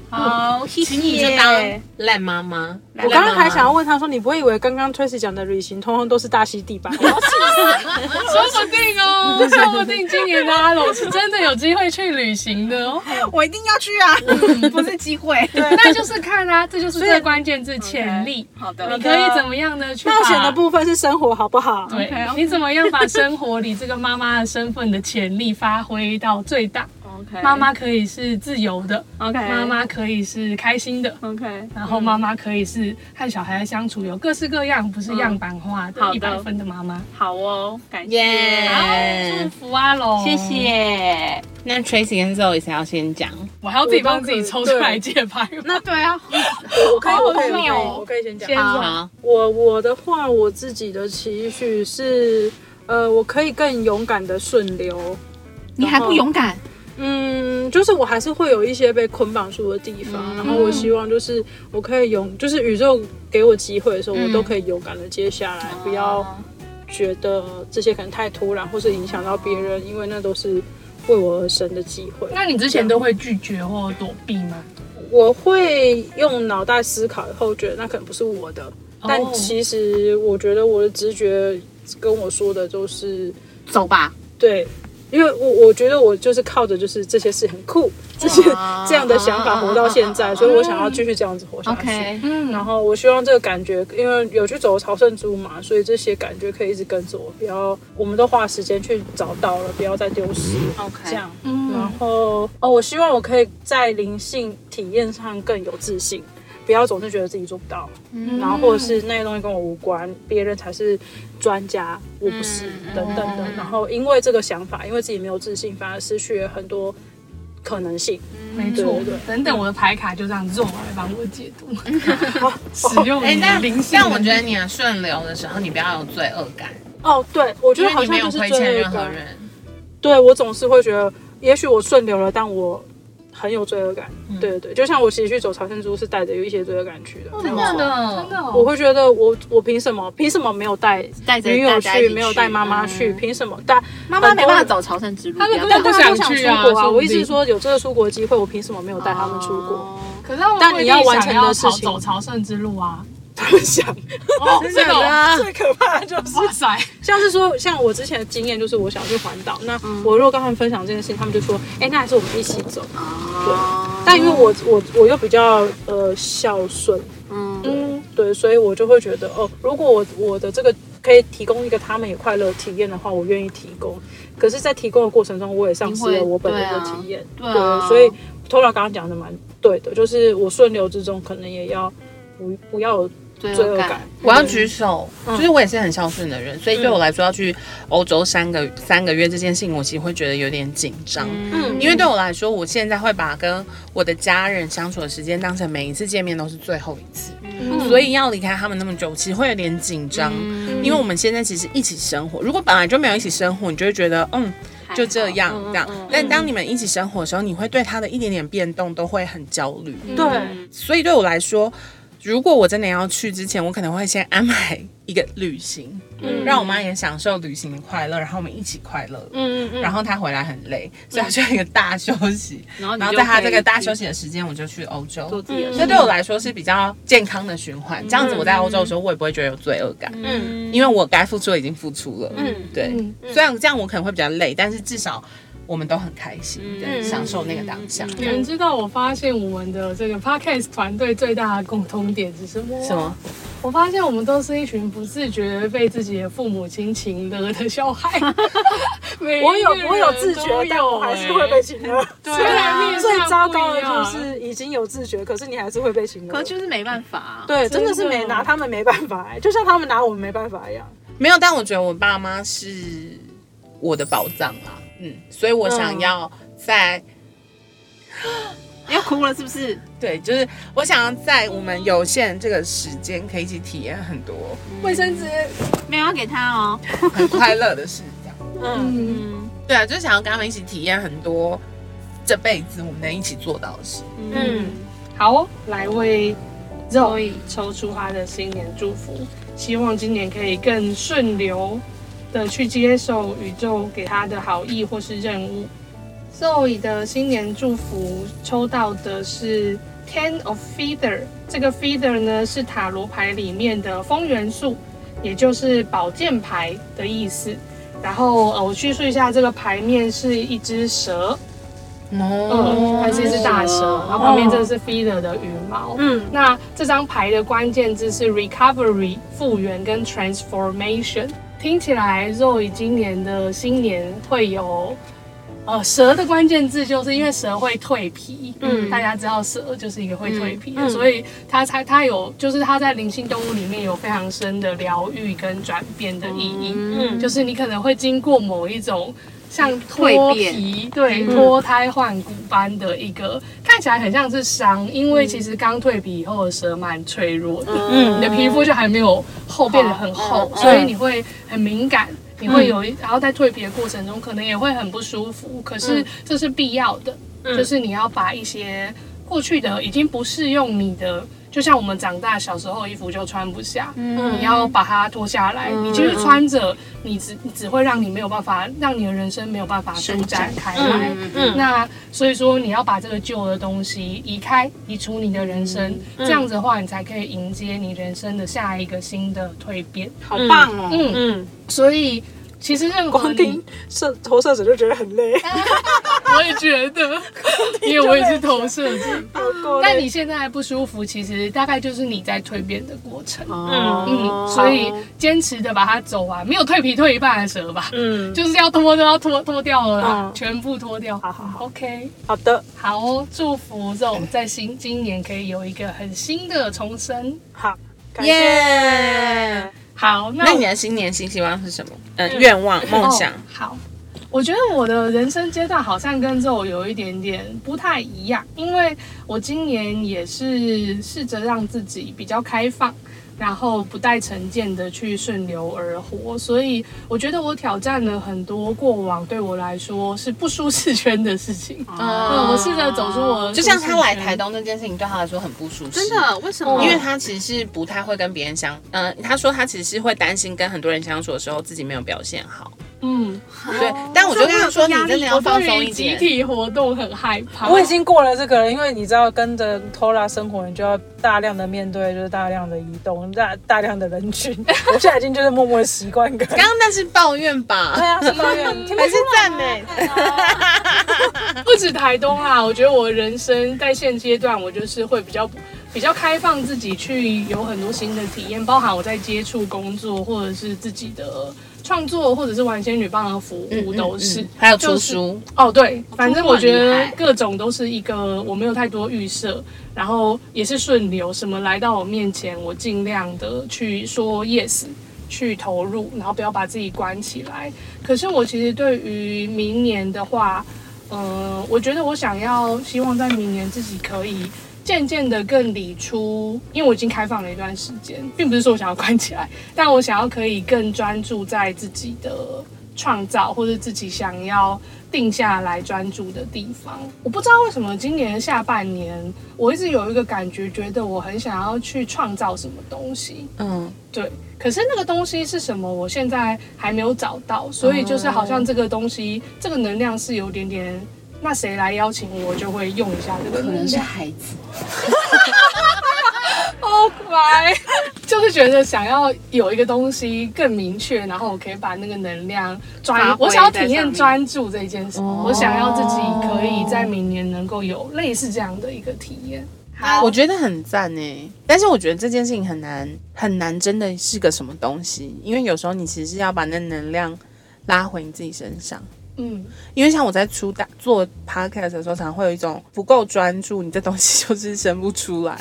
G: 好，谢谢。
A: 请你就当烂妈妈。
C: 我刚刚还想要问他说，你不会以为刚刚 Tracy 讲的旅行通通都是大溪 地吧？
D: 说不 定哦，说不定今年的阿龙是真的有机会去旅行的哦。
G: 我一定要去啊，
B: 嗯
G: 不是机 会。
D: 那就是看啊，这就是最关键字潜力。
G: 好的，
D: 你可以怎么样呢？去
C: 冒险
D: 把
C: 的部分是生活，好不好？
D: 对
G: OK，OK
D: 你怎么样把生活里这个妈妈的身份的潜力发挥到最大？
G: ？OK，
D: 妈妈可以是自由的，
G: ，OK，
D: 妈妈可以是开心的，
G: ，OK，嗯
D: 然后妈妈可以是和小孩相处有各式各样，不是样板化的
G: 好
D: 一
G: 的
D: 百分的妈妈。
G: 好哦，感
A: 耶
G: 谢，
D: 好，祝福阿龙，
G: 谢。谢。
A: 那 Tracy 跟 Zoe 谁要先讲？
D: 我还要自己帮自己抽出来借牌，
B: 那对啊，
C: 我可以，我可以，
D: 好
C: 我
D: 好
C: 可以
D: 笑哦
C: 我可以先讲
D: 先。
B: 好
A: 好，
C: 我我的话，我自己的期许是，呃，我可以更勇敢的顺流。
B: 你还不勇敢？
C: 嗯，就是我还是会有一些被捆绑住的地方，然后我希望就是我可以勇，就是宇宙给我机会的时候，我都可以勇敢的接下来，
B: 哦
C: 不要觉得这些可能太突然，或是影响到别人，因为那都是为我而生的机会。
D: 那你之前都会拒绝或躲避吗？
C: 我会用脑袋思考以后，觉得那可能不是我的，但其实我觉得我的直觉跟我说的就是
B: 走吧。
C: 对，因为我我觉得我就是靠着就是这些事很酷，这些这样的想法活到现在，所以我想要继续这样子活下去。
B: OK，
C: 嗯，然后我希望这个感觉，因为有去走朝圣珠嘛，所以这些感觉可以一直跟着我，不要我们都花时间去找到了，不要再丢失。
B: OK
C: 这样，
D: 嗯
C: 然后哦，我希望我可以在灵性体验上更有自信，不要总是觉得自己做不到，
D: 嗯
C: 然后或者
B: 嗯
C: 是那些东西跟我无关，别人才是专家，我不是、
B: 嗯
C: 等等的。然后因为这个想法，因为自己没有自信，反而失去了很多可能性。
D: 没
C: 对
D: 错
C: 对对，
D: 等等我的牌卡就这样用来帮我解 读，使用
A: 哎、
D: 你的
A: 但
D: 灵性。
A: 但我觉得你的顺流的时候，你不要有罪恶感，
C: 哦，对，我觉
A: 因
C: 得
A: 为
C: 好
A: 你没
C: 像
A: 有
C: 就是
A: 亏
C: 最
A: 欠
C: 后一
A: 任何
C: 个。
A: 人。
C: 对我总是会觉得，也许我顺流了，但我很有罪恶感。
B: 嗯
C: 对对对，就像我其实去走朝圣之路是带着有一些罪恶感去的。
B: 嗯
A: 真的，
D: 真的哦，
C: 我会觉得我我凭什么？凭什么没有带
B: 带着
C: 女友
B: 大家一
C: 去，
B: 起
C: 没有带妈妈去？凭什么？但
B: 嗯妈妈没
C: 很
B: 办法
C: 多人
B: 走朝圣之路，
D: 他们
B: 不
D: 根
B: 要
D: 本
C: 但
D: 不
C: 大家都想
D: 想
C: 出
D: 去啊
C: 国啊！
D: 说不
C: 我一
D: 定哦
C: 直说有这个出国机会，我凭什么没有带他们出国？
D: 可是他们
C: 但
D: 不一
C: 你
D: 定
C: 要完
D: 想
C: 成的事
D: 朝
C: 情
D: 走朝圣之路啊！
C: 他们 想，
D: 哦，这个哦
C: 最可怕的就是
D: 哇塞，
C: 像是说，像我之前的经验就是，我想去环岛，那
D: 嗯
C: 我如果跟他们分享这件事情，他们就说，哎、那还是我们一起走。对，
D: 啊
C: 但因为我我我又比较呃孝顺，嗯，对，所以我就会觉得，哦，如果我我的这个可以提供一个他们也快乐的体验的话，我愿意提供。可是，在提供的过程中，我也丧失
B: 你
C: 了
B: 会
C: 我本人的
B: 对啊
C: 体验。
B: 对啊
C: 所以偷老刚刚讲的蛮对的，就是我顺流之中可能也要不不要有
B: 罪
C: 罪恶
B: 恶
C: 感
B: 感。。
A: 我要举手，就是我也是很孝顺的人，所以对我来说要去欧洲三个三个月这件事情，我其实会觉得有点紧张。
C: 嗯
A: 因为对我来说，我现在会把跟我的家人相处的时间当成每一次见面都是最后一次，所以要离开他们那么久，其实会有点紧张。
G: 嗯
A: 因为我们现在其实一起生活，如果本来就没有一起生活，你就会觉得嗯就这样
G: 嗯
A: 这样。但当你们一起生活的时候，你会对他的一点点变动都会很焦虑。
G: 嗯
D: 嗯
C: 对，
D: 哦
A: 所以对我来说，如果我真的要去之前，我可能会先安排一个旅行，
G: 嗯
A: 让我妈也享受旅行的快乐，然后我们一起快乐。
C: 嗯嗯嗯。
A: 然后她回来很累，所以她需要一个大休息。
G: 然后嗯你
A: 然后
G: 就
A: 在她
G: 可以
A: 这个大
G: 去
A: 休息的嗯时间，我就去欧洲。
G: 做自己的
C: 嗯
A: 所以对我来说是比较健康的循环。这样子我在欧洲的时候，我也不会觉得有罪恶感，
C: 嗯
A: 因为我该付出的已经付出了。嗯
C: 嗯，
A: 对。虽然这样我可能会比较累，但是至少我们都很开心，
C: 嗯
A: 对，享受那个当下。
D: 你们知道我发现我们的这个 podcast 团队最大的共通点是什么？
A: 什么？？
D: 我发现我们都是一群不自觉被自己的父母亲情勒的 小孩。每一个
C: 我有
D: 人
C: 我有自觉
D: 都，
C: 但我还是会
D: 欸
C: 被侵略。对
D: 虽然面
C: 最
D: 向
C: 糟
D: 不
C: 糕的
D: 一样
C: 就是已经有自觉，可是你还是会被侵略。
B: 可就是没办法，啊
C: 对，真的
D: 真
C: 是
D: 的
C: 没拿他们没办法、哎就像他们拿我们没办法一样。
A: 没有，但我觉得我爸妈是我的宝藏啊，嗯，所以我想要在、
G: 你要哭了是不是？
A: 对，就是我想要在我们有限这个时间，可以一起体验 很多
D: 卫生纸，
G: 没有要给他哦。
A: 很快乐的事，这样。
C: 嗯，
D: 嗯，
A: 对啊，就是想要跟他们一起体验很多这辈子我们能一起做到的事。
C: 嗯，
D: 好哦，来为 Zoe 抽出她的新年祝福，希望今年可以更顺流的去接受宇宙给她的好意或是任务。Zoe 的新年祝福抽到的是 Ten of Feather，这个 Feather 呢是塔罗牌里面的风元素，也就是宝剑牌的意思。然后呃，我叙述一下这个牌面是一只蛇，
A: 哦
D: 嗯，它是一只大蛇，然后旁边这个是 feeder 的羽毛。嗯，那这张牌的关键字是 recovery 复原跟 transformation。听起来 Zoe 今年的新年会有，呃，蛇的关键字就是因为蛇会蜕皮，嗯，大家知道蛇就是一个会蜕皮的，所以它才它有，就是它在灵性动物里面有非常深的疗愈跟转变的意义，嗯，就是你可能会经过某一种像脱
B: 蜕变
D: 皮，对，脱胎换骨般的一个，看起来很像是伤，因为其实刚蜕皮以后的蛇蛮脆弱的，嗯，你的皮肤就还没有厚变得很厚，所以你会很敏感。你会有一，然后在蜕皮的过程中，可能也会很不舒服，可是这是必要的，就是你要把一些过去的已经不适用你的就像我们长大小时候衣服就穿不下，
C: 嗯
D: 你要把它脱下来，你继续穿着，你只你只会让你没有办法，让你的人生没有办法舒展开来。
C: 嗯
D: 那所以说你要把这个旧的东西移开，移除你的人生，
C: 嗯
D: 这样子的话，你才可以迎接你人生的下一个新的蜕变。
G: 好棒哦！
D: 嗯嗯，所以其实任何
C: 光听
D: 你，
C: 射投射者就觉得很累，
D: 我也 觉得，因为我也是投射者。
C: 好够
D: 但
C: 累
D: 你现在不舒服，其实大概就是你在蜕变的过程。
B: 哦
D: 嗯，所以坚持的把它走完，没有蜕皮蜕一半的折吧，
C: 嗯，
D: 就是要脱都要脱脱掉了啦
C: 嗯
D: 全部脱掉。
C: 好好好
D: o k
C: 好的，
D: 好哦，祝福这种在新今年可以有一个很新的重生。
C: 好，感谢。
A: 耶！
D: 好，那
A: 那
D: 我
A: 你的新年新希望是什么？嗯，愿望、梦想
D: 哦。好，我觉得我的人生阶段好像跟肉有一点点不太一样，因为我今年也是试着让自己比较开放。然后不带成见的去顺流而活，所以我觉得我挑战了很多过往对我来说是不舒适圈的事情。嗯，我试着走出我的
A: 哦就像他来
D: 舒适圈
A: 台东这件事情，对他来说很不舒适。
B: 真，的？为什
C: 哦
B: 么？
A: 因为他其实是不太会跟别人相，嗯、他说他其实是会担心跟很多人相处的时候自己没有表现好。
D: 嗯，
A: 对，但我就跟他说，你真的要放松一
D: 集
A: 点。
D: 体活动很害怕。
C: 我已经过了这个了，因为你知道，跟着 Tola 生活，你就要大量的面对，就是大量的移动，大大量的人 群。我现在已经就是默默的习惯 跟。
A: 刚刚那是抱怨吧
C: 对？啊，是抱 怨，听不
A: 还是赞美？
D: 不止台东啦，我觉得我人生在现阶段，我就是会比较比较开放自己去有很多新的体验，包含我在接触工作或者是自己的创作，或者是玩仙女棒的服务都是。
A: 嗯还有
D: 就
A: 出
D: 是
A: 书，
D: 哦，对，反正我觉
G: 这么厉
D: 得
G: 害
D: 各种都是一个我没有太多预设，然后也是顺流，什么来到我面前，我尽量的去说 yes，去投入，然后不要把自己关起来。可是我其实对于明年的话，呃，我觉得我想要希望在明年自己可以。渐渐的更理出，因为我已经开放了一段时间，并不是说我想要关起来，但我想要可以更专注在自己的创造，或者自己想要定下来专注的地方。我不知道为什么今年下半年，我一直有一个感觉，觉得我很想要去创造什么东西。
A: 嗯，
D: 对，可是那个东西是什么，我现在还没有找到，所以就是好像这个东西，这个能量是有点点。那谁来邀请我，就会用一下这个
B: 可
D: 能
B: 能是
D: 量。
B: 孩子，
D: 好乖， 就是觉得想要有一个东西更明确，然后我可以把那个能量专
G: 发，挥
D: 我想要
G: 在
D: 体验
G: 上面
D: 专注这一件事，我想要自己可以在明年能够有类似这样的一个体验。哦好
A: 我觉得很赞呢。但是我觉得这件事情很难很难，真的是个什么东西？因为有时候你其实是要把那能量拉回你自己身上。
D: 嗯，
A: 因为像我在出大做 podcast 的时候，常会有一种不够专注，你这东西就是生不出来。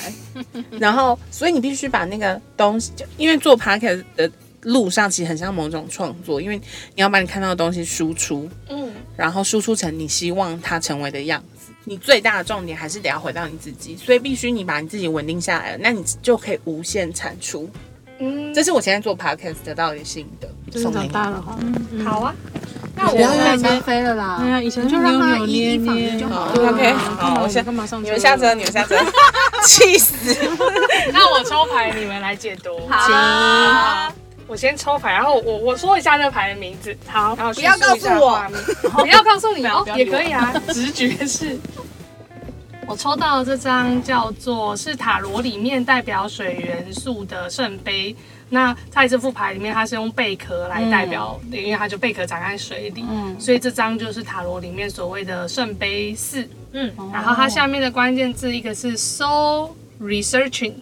A: 然后，所以你必须把那个东西，就因为做 podcast 的路上其实很像某种创作，因为你要把你看到的东西输出，
D: 嗯，
A: 然后输出成你希望它成为的样子。你最大的重点还是得要回到你自己，所以必须你把你自己稳定下来了，那你就可以无限产出。
D: 嗯，
A: 这是我现在做 podcast 得到的心得，送给你。
E: 了哈。
D: 好啊。那我
A: 不要
D: 们
A: 让
B: 单飞了啦。
C: 哎呀，以前
B: 就让他一一反
A: 嗯
B: 一就好
C: 哦
B: 了。
A: OK，
C: 干嘛
A: 好，我下
C: 嗯干嘛上车？
A: 你们下车，你们下车， 气死！
D: 那我抽牌，你们来解读。好，我先抽牌，然后我我说一下这个牌的名字。好，然后不
A: 要告诉我，
D: 不要告诉你哦
G: 不，要
D: 也
G: 理我
D: 可以啊，直觉是。我抽到这张叫做是塔罗里面代表水元素的圣杯。那在这副牌里面，它是用贝壳来代表，因为它就贝壳长在水里，所以这张就是塔罗里面所谓的圣杯四。嗯，然后它下面的关键字一个是 soul researching，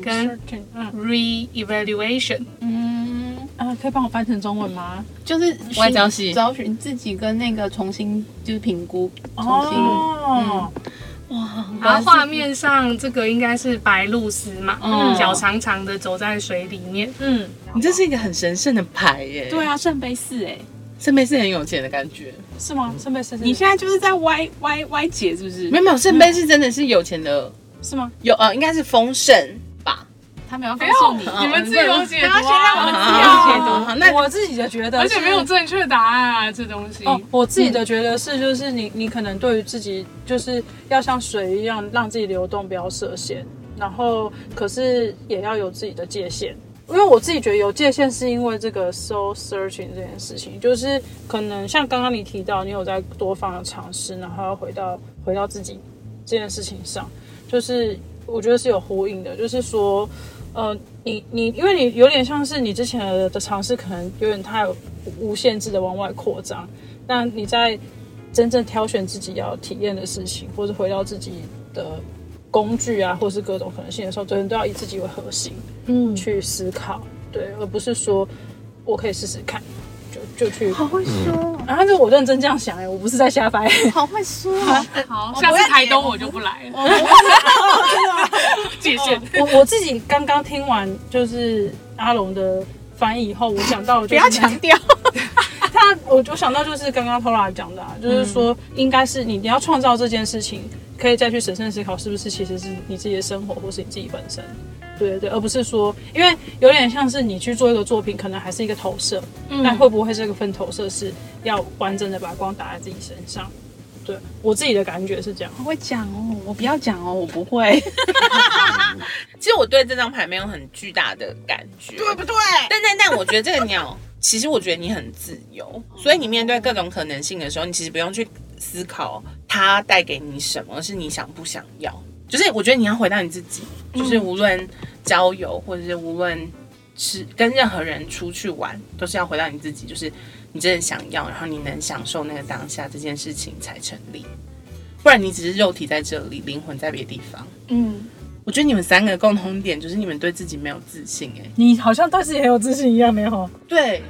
D: 跟嗯 re evaluation，
B: 嗯，
E: 啊，可以帮我翻成中文吗？
B: 就是
A: 外交系
B: 找寻自己跟那个重新就是评估，重新。
E: 哦，
C: 嗯
D: 然后画面上这个应该是白鹭鸶嘛，嗯，脚长长的走在水里面，嗯，
A: 你这是一个很神圣的牌耶，
G: 对，啊，圣杯四哎，
A: 圣杯是很有钱的感觉，
E: 是吗？圣杯是
G: 你现在就是在歪歪歪解是不是
A: 没？有没有，圣杯是真的是有钱的，
E: 是吗？
A: 有呃，应该是丰盛吧。
G: 他们要告诉你，
D: 哎你们自由解读、啊，
A: 好，好那
C: 我自己的觉得，
D: 而且没有。正确答案啊，这东西。
C: 哦，我自己的觉得是，就是你，你可能对于自己，就是要像水一样，让自己流动，不要设限。然后可是也要有自己的界限。因为我自己觉得有界限，是因为这个 soul searching 这件事情，就是可能像刚刚你提到，你有在多方的尝试，然后要回到回到自己这件事情上，就是我觉得是有呼应的，就是说，呃，你你因为你有点像是你之前的尝试，可能有点太无限制的往外扩张，那你在真正挑选自己要体验的事情，或者回到自己的工具啊，或是各种可能性的时候，真的都要以自己为核心。
D: 嗯，
C: 去思考，对，而不是说我可以试试看，就就去。
B: 好会说，
C: 然后就我认真这样想哎、我不是在瞎掰。
B: 好会说哦，
D: 好，下次台东我就哦不 来了，
C: 哦
D: 界限。
C: 我我自己刚刚听完就是阿龙的翻译以后，我想到
B: 不
C: 不
B: 要强 调。
C: 他，我我想到就是刚刚 Tora 讲的、啊，就是说应该是你你要创造这件事情，可以再去审慎思考是不是其实是你自己的生活或是你自己本身。对对对，而不是说，因为有点像是你去做一个作品，可能还是一个投射，但会不会这个份投射是要完整的把光打在自己身上？对我自己的感觉是这样。
B: 我会讲哦，我不要讲哦，我不会。
A: 其实我对这张牌没有很巨大的感觉，
B: 啊
A: 对不对？ 但但但，我觉得这个鸟，其实我觉得你很自由，所以你面对各种可能性的时候，你其实不用去思考它带给你什么，而是你想不想要。就是我觉得你要回到你自己，就是
B: 嗯
A: 无论交友或者是无论是跟任何人出去玩，都是要回到你自己，就是你真的想要，然后你能享受那个当下这件事情才成立，不然你只是肉体在这里，灵魂在别的地方。
D: 嗯，
A: 我觉得你们三个共同点就是你们对自己没有自信、欸，哎，
C: 你好像对自己很有自信一样，没有？
A: 对，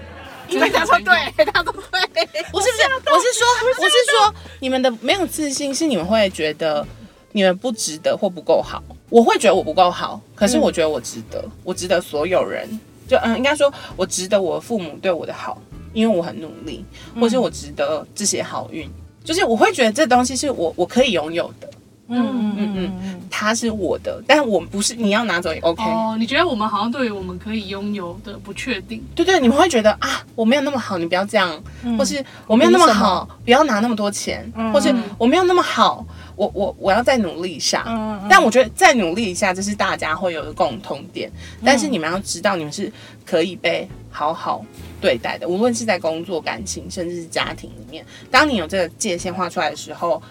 B: 因为他说哦
A: 哎
B: 对，他说对，
A: 我是不是？我是说，我是说，你们的没有自信是你们会觉得你们不值得或不够好。我会觉得我不够好，可是我觉得我值得，我值得所有人。就嗯，应该说，我值得我父母对我的好，因为我很努力，或是我值得这些好运。就是我会觉得这东西是我我可以拥有的，
C: 嗯
A: 嗯嗯，它是我的，但我不是你要拿走也 OK。
D: 哦，你觉得我们好像对于我们可以拥有的不确定，嗯
A: 对对，你们会觉得啊，我没有那么好，你不要这样，或是我没有那么好，不要拿那么多钱，或是我没有那么好，我我我要再努力一下。
C: 嗯
A: 但我觉得再努力一下，这是大家会有的共同点。
D: 嗯
A: 但是你们要知道，你们是可以被好好对待的，无论是在工作、感情，甚至是家庭里面。当你有这个界限画出来的时候，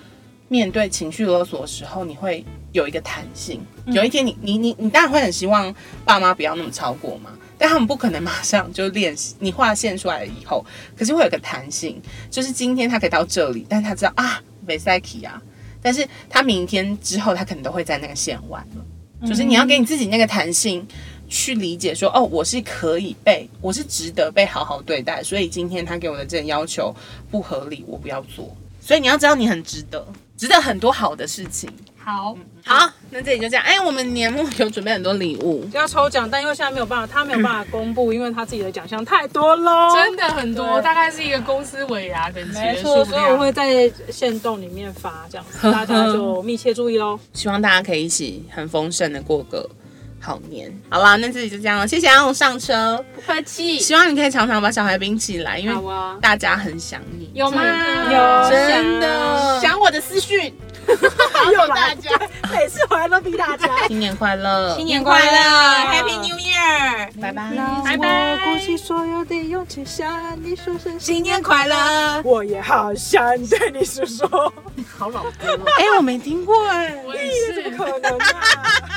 A: 面对情绪勒索的时候，你会有一个弹性。有一天你，你你你当然会很希望爸妈不要那么超过嘛，但他们不可能马上就练习。你画线出来了以后，可是会有个弹性，就是今天他可以到这里，但是他知道啊，没赛奇啊，但是他明天之后，他可能都会在那个线外了。就是你要给你自己那个弹性，去理解说，哦，我是可以被，我是值得被好好对待，所以今天他给我的这个要求不合理，我不要做。所以你要知道你很值得，值得很多好的事情。嗯
D: 好，
A: 好，那这里就这样。哎，我们年末有准备很多礼物，
C: 要抽奖，但因为现在没有办法，他没有办法公布，因为他自己的奖项太多喽。
D: 真的很多，
C: 对
D: 大概是一个公司尾牙等级
C: 没
D: 的数
C: 错，所以我
D: 量。
C: 会在线动里面 发这样子，大家就密切注意喽。
A: 希望大家可以一起很丰盛的过个好年。好啦，那这里就这样了，谢谢阿龙上车，
G: 不客气，
A: 希望你可以常常把小孩冰起来，因
D: 好
A: 为
D: 啊，
A: 大家很想你，
D: 有吗？
C: 有啊
A: 真的。
B: 想我的私讯，
C: 又
B: 大
C: 来，
B: 家
C: 每次回来都逼 大家。
A: 新年快乐，新
G: 年快乐，Happy
C: 啊
G: New Year，
A: 拜拜。
G: 拜拜，
C: 鼓起所有的勇气向你说声，
G: 新年快乐，
C: 我也好想对 你说说，
A: 哎，我没听过哎。
D: 我也是。
C: 可能啊。